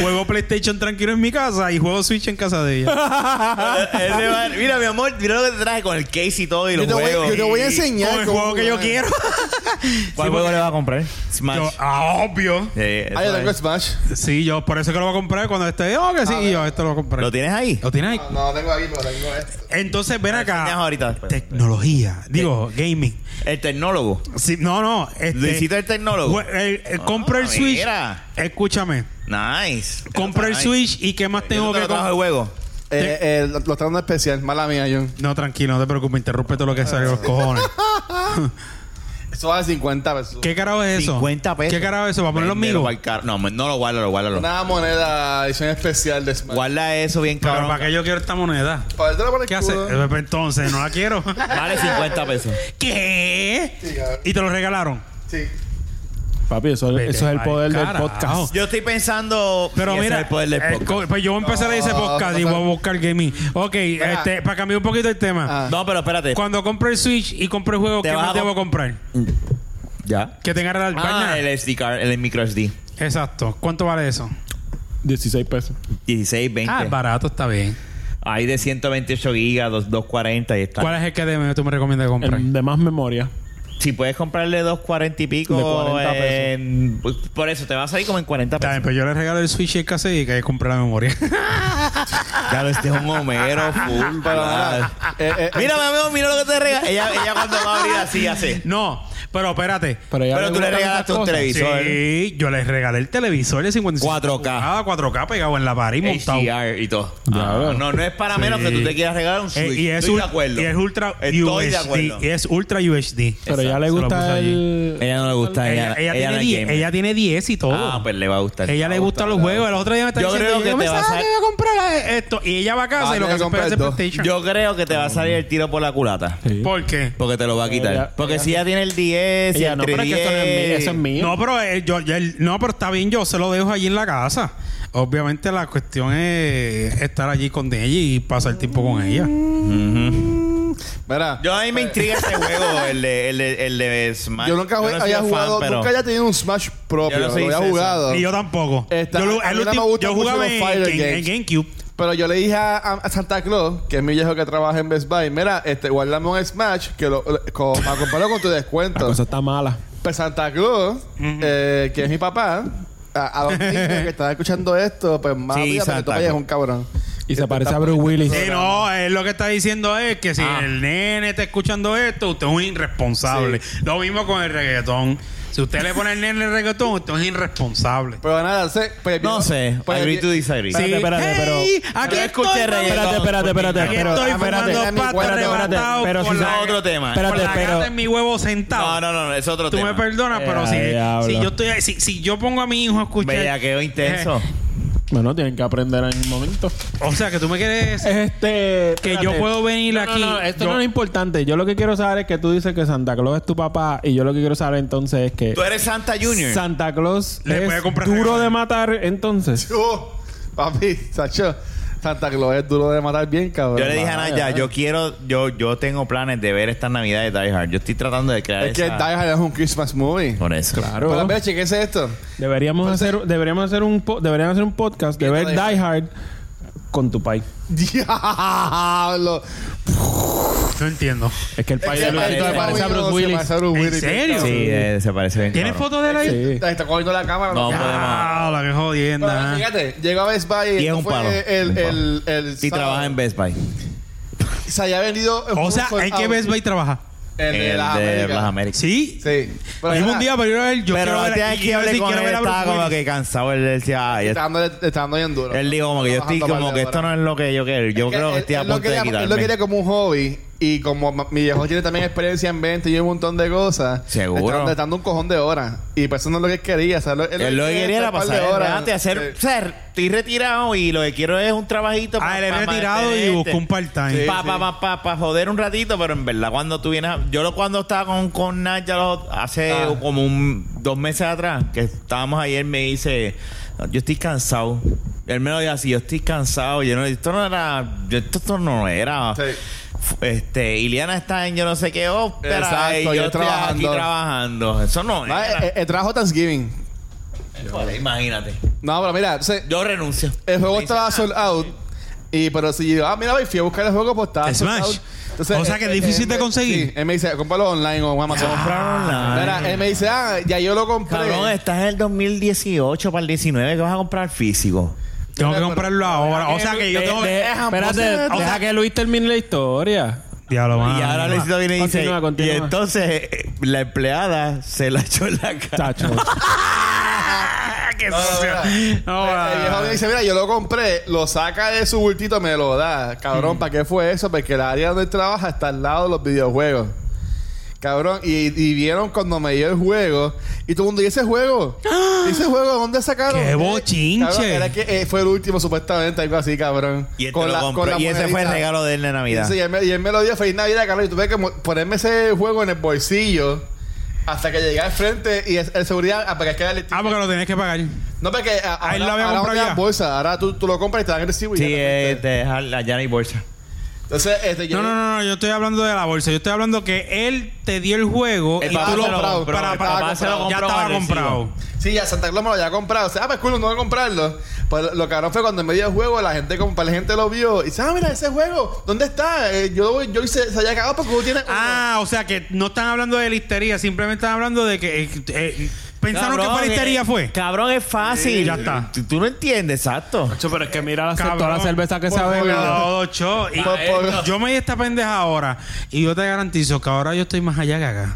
juego PlayStation tranquilo en mi casa y juego Switch en casa de ella.
Él le va a- mira, mi amor, mira lo que te traje con el case y todo y
Yo
los
te voy,
juegos.
yo te voy a enseñar.
Con el juego que yo
jugar.
quiero.
¿Cuál juego le va a comprar? Smash.
Yo, ah, obvio.
Eh, eso
Ah, yo tengo
es.
Smash.
Sí, yo por eso que lo voy a comprar cuando esté. Oh, que sí, y yo esto lo voy a comprar.
Ah, ¿Lo tienes ahí?
¿Lo tienes ahí?
No, tengo aquí, pero tengo esto.
Entonces, ven
Tienes
acá.
ahorita.
Tecnología. Digo, gaming.
El tecnólogo.
Sí, no, no. Este,
Luisito el tecnólogo.
jue- el- el- compro eh, el
Ah,
Switch.
mira.
Escúchame.
Nice.
Compro el
Nice.
Switch y qué más
Yo
tengo
te
que
lo trajo el
comprar.
juego.
Eh, eh, lo, lo está dando especial. Mala mía, John.
No, tranquilo, no te preocupes, interrumpe todo lo que sale de los cojones.
Eso vale 50 pesos.
¿Qué carajo es eso?
50 pesos.
¿Qué carajo es eso? ¿Para ponerlo en
Véndelo
vivo?
pa'l car- No, no lo guárdalo, guárdalo.
Una moneda edición especial de Smash.
Guarda eso bien
Pero
cabrón.
¿para qué yo quiero esta moneda?
Para dártela por el
¿Qué hace?
culo.
Eh, pues, Entonces, no la quiero.
Vale 50 pesos.
¿Qué?
Sí, cabrón.
¿Y te lo regalaron?
Sí.
Papi, eso,
Vete
eso es el
pa'l
poder del
carajo.
podcast.
Yo estoy pensando.
Pero
Sí, ese
mira,
es el poder del
eh,
podcast.
co- pues yo voy a empezar a ese
No,
podcast y voy
pasa-
a buscar gaming. Ok, este, para cambiar un poquito el tema.
Ah.
No, pero espérate.
Cuando compre el Switch y compre el juego,
Te
¿qué
vas
más
a
debo
comp-
comprar?
¿Ya?
Que tenga la
Ah, el SD card, el micro SD.
Exacto. ¿Cuánto vale eso?
16 pesos.
16, 20.
Ah, barato, está bien.
Hay de 128 gigas, dos- 240 y está.
¿Cuál es el que de- tú me recomiendas comprar?
El de más memoria.
Si puedes comprarle 240 y pico.
De 40 pesos.
en- pues, por eso te va a salir como en 40
Está
pesos.
bien, pero yo le regalo el Switch y el cassette y que compré la memoria.
Claro, este es un Homero full.
Pero
claro.
nada. Eh, eh, eh,
Mira, mi amigo, mira lo que te regala. Ella, ella cuando va a abrir así, hace.
no, pero espérate.
ella
Pero tú le
gustan
regalaste
esas
un
cosas.
Pues, televisor.
Sí, yo les regalé el televisor de 55
4K.
pulgadas, 4K Ah, pegado en la pared y montado.
HDR y todo.
Ya
Ah,
veo.
no, no es para
Sí.
menos que tú te quieras regalar un
Eh,
Switch.
y, es
Estoy
ul-
de acuerdo.
y es ultra
Estoy de acuerdo.
UHD. Y es ultra UHD.
Pero
Exacto,
ya le
se lo puse
gusta
allí.
el...
Ella no le gusta.
Ella,
Ella, ella
ella
no
tiene
es
10,
gamer.
ella tiene 10 y todo.
Ah, pues le va a gustar.
ella le gustan los juegos. El otro día me está
Yo
diciendo
creo que
yo
te va a
pensaba
sal-
que iba a comprar esto. Y ella va a casa
Ah,
y lo
tiene que
que hace es
comprar
pedirse
dos.
PlayStation.
Yo creo que te va a salir el tiro por la culata.
Sí.
¿Por qué?
Porque te lo va a quitar.
Ella-
porque si ella tiene el 10, y
Ella,
el
no, pero es que eso no es mío. Eso es mío.
No, pero eh, yo, yo- el- no, pero está bien, yo se lo dejo allí en la casa. Obviamente la cuestión es estar allí con ella y pasar tiempo con ella.
Mira,
Yo a mí me intriga ese juego, el de, el de, el de Smash.
yo nunca
Yo
jugué-
no soy
había
fan,
jugado,
pero-
nunca haya tenido un Smash propio.
Yo no
lo
sé si
había
es eso.
jugado.
Y yo tampoco.
Esta-
yo, lo-
a
el
mí no me
último-
gustan
yo
mucho
jugaba
los
en,
fighter
en- en
games.
GameCube.
Pero yo le dije a, a- a Santa Claus, que es mi viejo que trabaja en Best Buy, mira, este, guardame un Smash que lo, lo- co- me comparó con tu
La
descuento.
Ah, cosa está mala.
Pues Santa Claus, eh, que es mi papá, a, a los niños que están escuchando esto, pues más
Sí,
vida, para que tú
Santa
vayas
Claus.
un cabrón.
Y se parece a Bruce Willis.
Sí, Eh, no, él lo que está diciendo es que si
Ah.
el nene está escuchando esto, usted es un irresponsable. Lo mismo con el reggaetón. Si usted le pone el nene el reggaetón, usted es irresponsable.
Pero nada, sé, pues,
No
yo-
sé.
pues,
agree to
yo-
disagree.
Sí. espérate, pero-
aquí
Yo escuché
estoy, mami.
reggaetón.
Espérate, espérate, espérate.
Aquí
pero- ah,
estoy
espérate,
fumando
espérate,
pato
espérate, espérate,
arrebatado
pero
con
si
la-
son- otro tema.
con
Espérate,
la
pero-
gata en mi huevo
No,
sentado.
no, no, es otro
Tú
tema.
me perdonas,
Eh,
pero si,
diablo.
si yo estoy si, si yo pongo a mi hijo a escuchar
Bellaqueo intenso.
Bueno, tienen que aprender en un momento.
O sea, que tú me quieres
Este...
que
espérate.
yo puedo venir
No, no,
aquí.
no, esto
yo-
no es importante. Yo lo que quiero saber es que tú dices que Santa Claus es tu papá y yo lo que quiero saber entonces es que
Tú eres Santa Junior.
Santa Claus
Le puede
es
comprar
duro
regalo.
de matar entonces.
Oh, papi, Sacho, Santa Claus es duro de matar bien, cabrón.
Yo le dije a
Vaya,
Naya,
vaya.
yo quiero, yo, yo tengo planes de ver esta Navidad de Die Hard. Yo estoy tratando de crear
Es que Die
esa-
Hard es un Christmas movie.
Por eso.
Claro.
Pero mira, chequense esto.
Deberíamos
Pues,
Entonces-
hacer deberíamos hacer un po- deberíamos hacer un podcast de
¿Qué
ver
tal
Die
Die
Hard con tu pai.
Diablo.
no entiendo.
Es que el pai de
Se parece-
Luisito
se
le parece a Bruce
Se
Willis.
parece a Bruce
¿En
Willis.
serio?
Sí, eh, se parece bien.
¿Tienes
cabrón.
fotos de él ahí?
Sí.
Ahí Está cogiendo la cámara.
No,
Pero
Ah, la que jodienda. ¿eh?
fíjate, llegó a Best Buy
Y es un
fue
palo.
El,
Un
el,
palo.
el,
Y trabaja en Best Buy.
Se había vendido.
O sea, hay que Best Buy trabaja.
El de
el
las
de
Américas.
las Américas.
Sí.
Sí. Pero
Dijimos
era-
un día para ir a ver.
pero
Yo quiero ver
este
y
aquí
quiero
hablé
decir,
con
quiero
él,
ver a
estaba
Bruce
como
Willis.
que cansado. Él decía, "Ay,
Está dando, te está dando bien duro.
Él dijo como que yo
Está
estoy
bajando
como que
par de
esto no es lo que yo quiero. Yo
que
creo
él-
que estoy a
él lo
punto de
quería- Él lo quería
quitarme.
como un hobby. Y como ma- mi viejo tiene también experiencia en venta y un montón de cosas.
Seguro.
Le están- le están dando un cojón de horas. Y pues eso no es lo que él quería. O sea, él,
Él lo que quería era
un par de
pasar el
horas. Eh.
rato y hacer...
Sí.
O sea, estoy retirado y lo que quiero es un trabajito
Ah, él es retirado y
mantenerte.
buscó un part-time.
Pa, pa, pa, pa, pa joder un ratito, pero en verdad cuando tú vienes... a- Yo lo, cuando estaba con, con Nacha los- hace
Ah.
como un, dos meses atrás, que estábamos ayer, me dice, yo estoy cansado. Él me lo dijo así, yo estoy cansado. Yo no, esto no era... yo- esto, esto no era...
Sí.
f- Este, Iliana está en yo no sé qué ópera
Exacto,
y
yo
yo, estoy aquí
trabajando.
trabajando. Eso no
No,
era.
eh, eh, trajo Thanksgiving.
Joder, imagínate.
No, pero mira, entonces,
Yo renuncio.
el juego
Me dice,
estaba
"Ah,
sold out. Y pero si yo, ah, mira, fui a buscar el juego, pues estaba sold
Smash.
out.
O sea, que es
eh,
difícil
él
de
me-
conseguir.
Sí, él me dice, cómpralo online o en Amazon.
Compraron la.
Mira, él me dice, ah, ya yo lo compré.
Cabrón, estás en el 2018 para el 19 que vas a comprar físico.
Tengo que comprarlo ahora. O sea que yo
De-
tengo
de-
que.
espérate, deja que Luis termine la historia.
Diablo, mano.
y ahora Luisito viene y dice.
Continúa, continúa.
Y entonces eh, la empleada se la echó en la cara.
Chacho.
¡Qué
No,
sucio!
no, no.
No,
Eh, el viejo me dice, mira, yo lo compré, lo saca de su bultito, me lo da.
Mm.
Cabrón, ¿para qué fue eso? Porque el área donde él trabaja está al lado de los videojuegos. Cabrón, y, y vieron cuando me dio el juego, y todo el mundo, ¿y ese juego? ¿Y ese juego dónde sacaron? Eh,
¡Qué bochinche!
Cabrón, era que eh, fue el último, supuestamente, algo así, cabrón.
Y, él te
Con
lo
la-
compró.
con la
y ese fue el
monedita.
regalo de él de
Y,
Navidad.
ese- y él, me- y él me lo dio feliz Navidad, cabrón. Y tuve que mo- ponerme ese juego en el bolsillo hasta que llegué al frente y el, el seguridad, ah, para que quede el
Ah, porque lo tenés que pagar.
no, porque a-
Ah, él
ahora,
lo había
ahora
comprado
no te dan
ya.
bolsa. Ahora tú, tú lo compras y te dan el recibo. pues, y
sí,
ya te
eh,
fuiste.
te deja la llana y bolsa.
Entonces, este,
No, no, no, no, yo estoy hablando de la bolsa. Yo estoy hablando que él te dio el juego
El
y
papá
tú lo
se lo compró,
para-
el
para-
papá se lo
Ya
compró
estaba
con el recibo.
comprado.
Sí, ya Santa Claus me lo había comprado. O sea, ah, pues culo, no voy a comprarlo. Pues lo cabrón fue cuando en medio del juego la gente, como, pues, la gente lo vio. Y dice, ah, mira, ese juego, ¿dónde está? Eh, yo, yo hice, se había cagado porque tú tienes. uno".
Ah, o sea que no están hablando de listería, simplemente están hablando de que. eh, eh, pensaron que
Cabrón,
fue listería,
eh,
fue.
Cabrón, es fácil.
Sí, ya está.
Tú, tú no entiendes, exacto.
Chacho, pero es que mira la,
Cabrón.
toda la cerveza que se ha
Por
bebido.
favor.
No, Cho, y-
Por- por-
yo me di esta pendeja ahora y yo te garantizo que ahora yo estoy más allá que acá.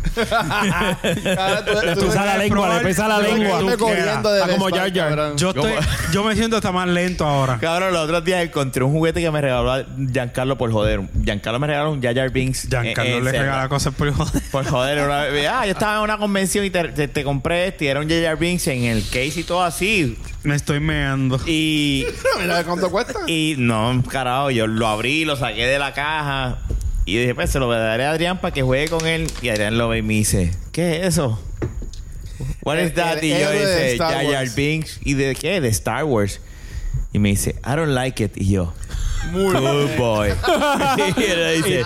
Ahora
Tú usa la
puedes
lengua, le
probar
pesa la
lo que
lengua.
Tú
tú quieras.
corriendo de
Ah, como
Best Buy,
Jar Jar.
cabrón.
Yo, estoy, yo me siento hasta más lento ahora.
Cabrón, los otros días encontré un juguete que me regaló Giancarlo por joder. Giancarlo me regaló un Jajar Binks. eh,
Giancarlo
en
le
Zelda.
regala cosas por joder.
Por joder, una vez- ah, yo estaba en una convención y te, te- te compré este y era un J.R. Binks en el case y todo así.
Me estoy meando.
Y,
Mira cuánto cuesta.
y no, carajo, yo lo abrí, lo saqué de la caja y dije, pues se lo daré a Adrián para que juegue con él. Y Adrián lo ve y me dice, ¿qué es eso? What
El-
is that?
el
y yo
héroe eh, de
dice,
Star
J.R.
Wars".
Binks. ¿Y de qué? De Star Wars. Y me dice, I don't like it. Y yo,
Muy
good boy. y él dice,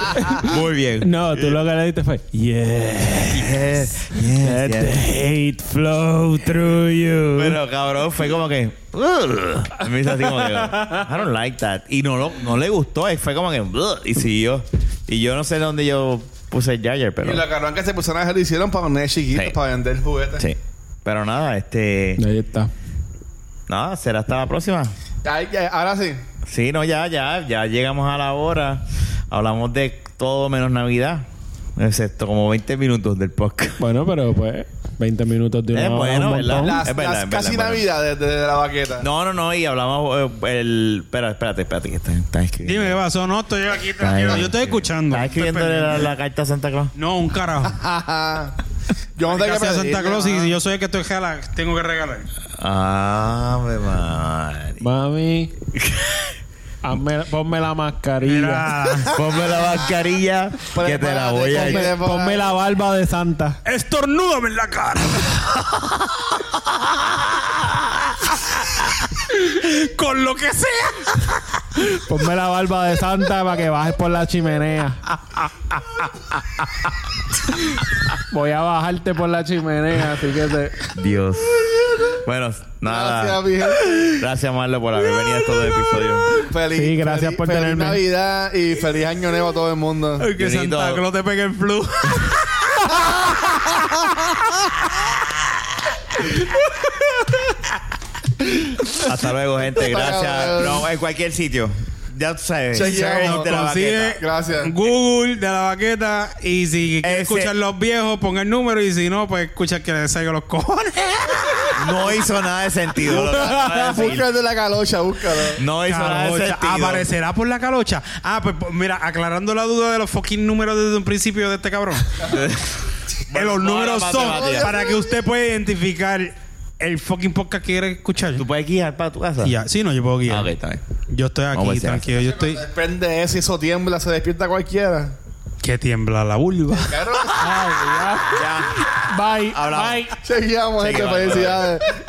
muy bien.
No, tú lo que le diste fue. Yeah.
Yes, yes,
Let the
yes.
hate flow through you.
Pero cabrón, fue como que. "Ugh". Me hizo así como que. I don't like that. Y no, lo- no le gustó. y Fue como que. "Ugh", Y siguió. Y yo no sé dónde yo puse el Jagger, pero.
Y lo cabrón que ese personaje lo hicieron para poner chiquitos,
Sí.
para vender juguetes.
Sí. Pero nada, este.
Ahí está.
Nada, será hasta la próxima.
Ay, ay, ahora sí.
Sí, no, ya, ya. Ya llegamos a la hora. Hablamos de todo menos Navidad. Excepto como 20 minutos del podcast.
Bueno, pero pues 20 minutos de una
Eh,
hora,
bueno,
un
¿verdad?
montón.
Las,
Es verdad,
las
es verdad,
casi
es verdad.
navidades de, de la baqueta.
No, no, no. Y hablamos eh, el. Espera, espérate, espérate, que están, están escribiendo.
Dime qué pasó. No, estoy aquí
Están-
tranquilo. Yo estoy escuchando.
Están
Estoy
escribiéndole
pendiente.
la, la carta a Santa Claus.
No, un carajo.
Ajá. Yo no sé qué
Gracias a Santa
pedirle,
Claus y
ajá.
si yo soy el que estoy jala, tengo que regalar. Ah,
Ave María.
Mami, hazme- ponme la mascarilla.
Mira,
Ponme la mascarilla
Pero
que te la voy a
espérate,
echar.
ponme-
Ponme la barba de Santa.
estornúdame en la cara. Con lo que sea.
Ponme la barba de Santa para que bajes por la chimenea. Voy a bajarte por la chimenea, así que te...
Dios. Bueno,
"Ah".
Gracias,
nada.
mi gente.
Gracias, Marlo, por haber venido a estos episodios.
Feliz,
Sí, gracias
feliz-
por
feliz
tenerme.
Navidad y feliz Año Nuevo a todo el mundo.
Que
Dionito.
Santa Claus te pegue el flu.
Hasta luego, gente. Gracias. No, en cualquier sitio. ya tú sabes.
Chequeamos,
search de la
consigue-
baqueta.
Gracias.
Google de la baqueta y si quieres
Ese-
escuchar los viejos, ponga el número y si no, pues escucha que le salga los cojones.
No hizo nada de sentido. lo que acabas de decir.
Búscalo de la calocha, búscalo.
No hizo nada de
Calocha.
sentido.
¿Aparecerá por la calocha? Ah, pues pues, mira, aclarando la duda de los fucking números desde un principio de este cabrón. Eh, los
Bueno,
números
ahora
son
matemática.
para que usted pueda identificar el fucking podcast que quiere escuchar.
¿Tú puedes guiar para tu casa?
Y ya. Sí, no, yo puedo guiar.
Ah, ok, está bien.
Yo estoy
Vamos a
aquí,
ver si
tranquilo. Yo estoy...
Depende de si eso tiembla, se despierta cualquiera.
Que tiembla la vulva.
Claro.
Ay, ya.
Ya.
Bye.
Hablamos.
Bye.
Seguíamos,
Sí,
gente.
vale, vale.
Felicidades.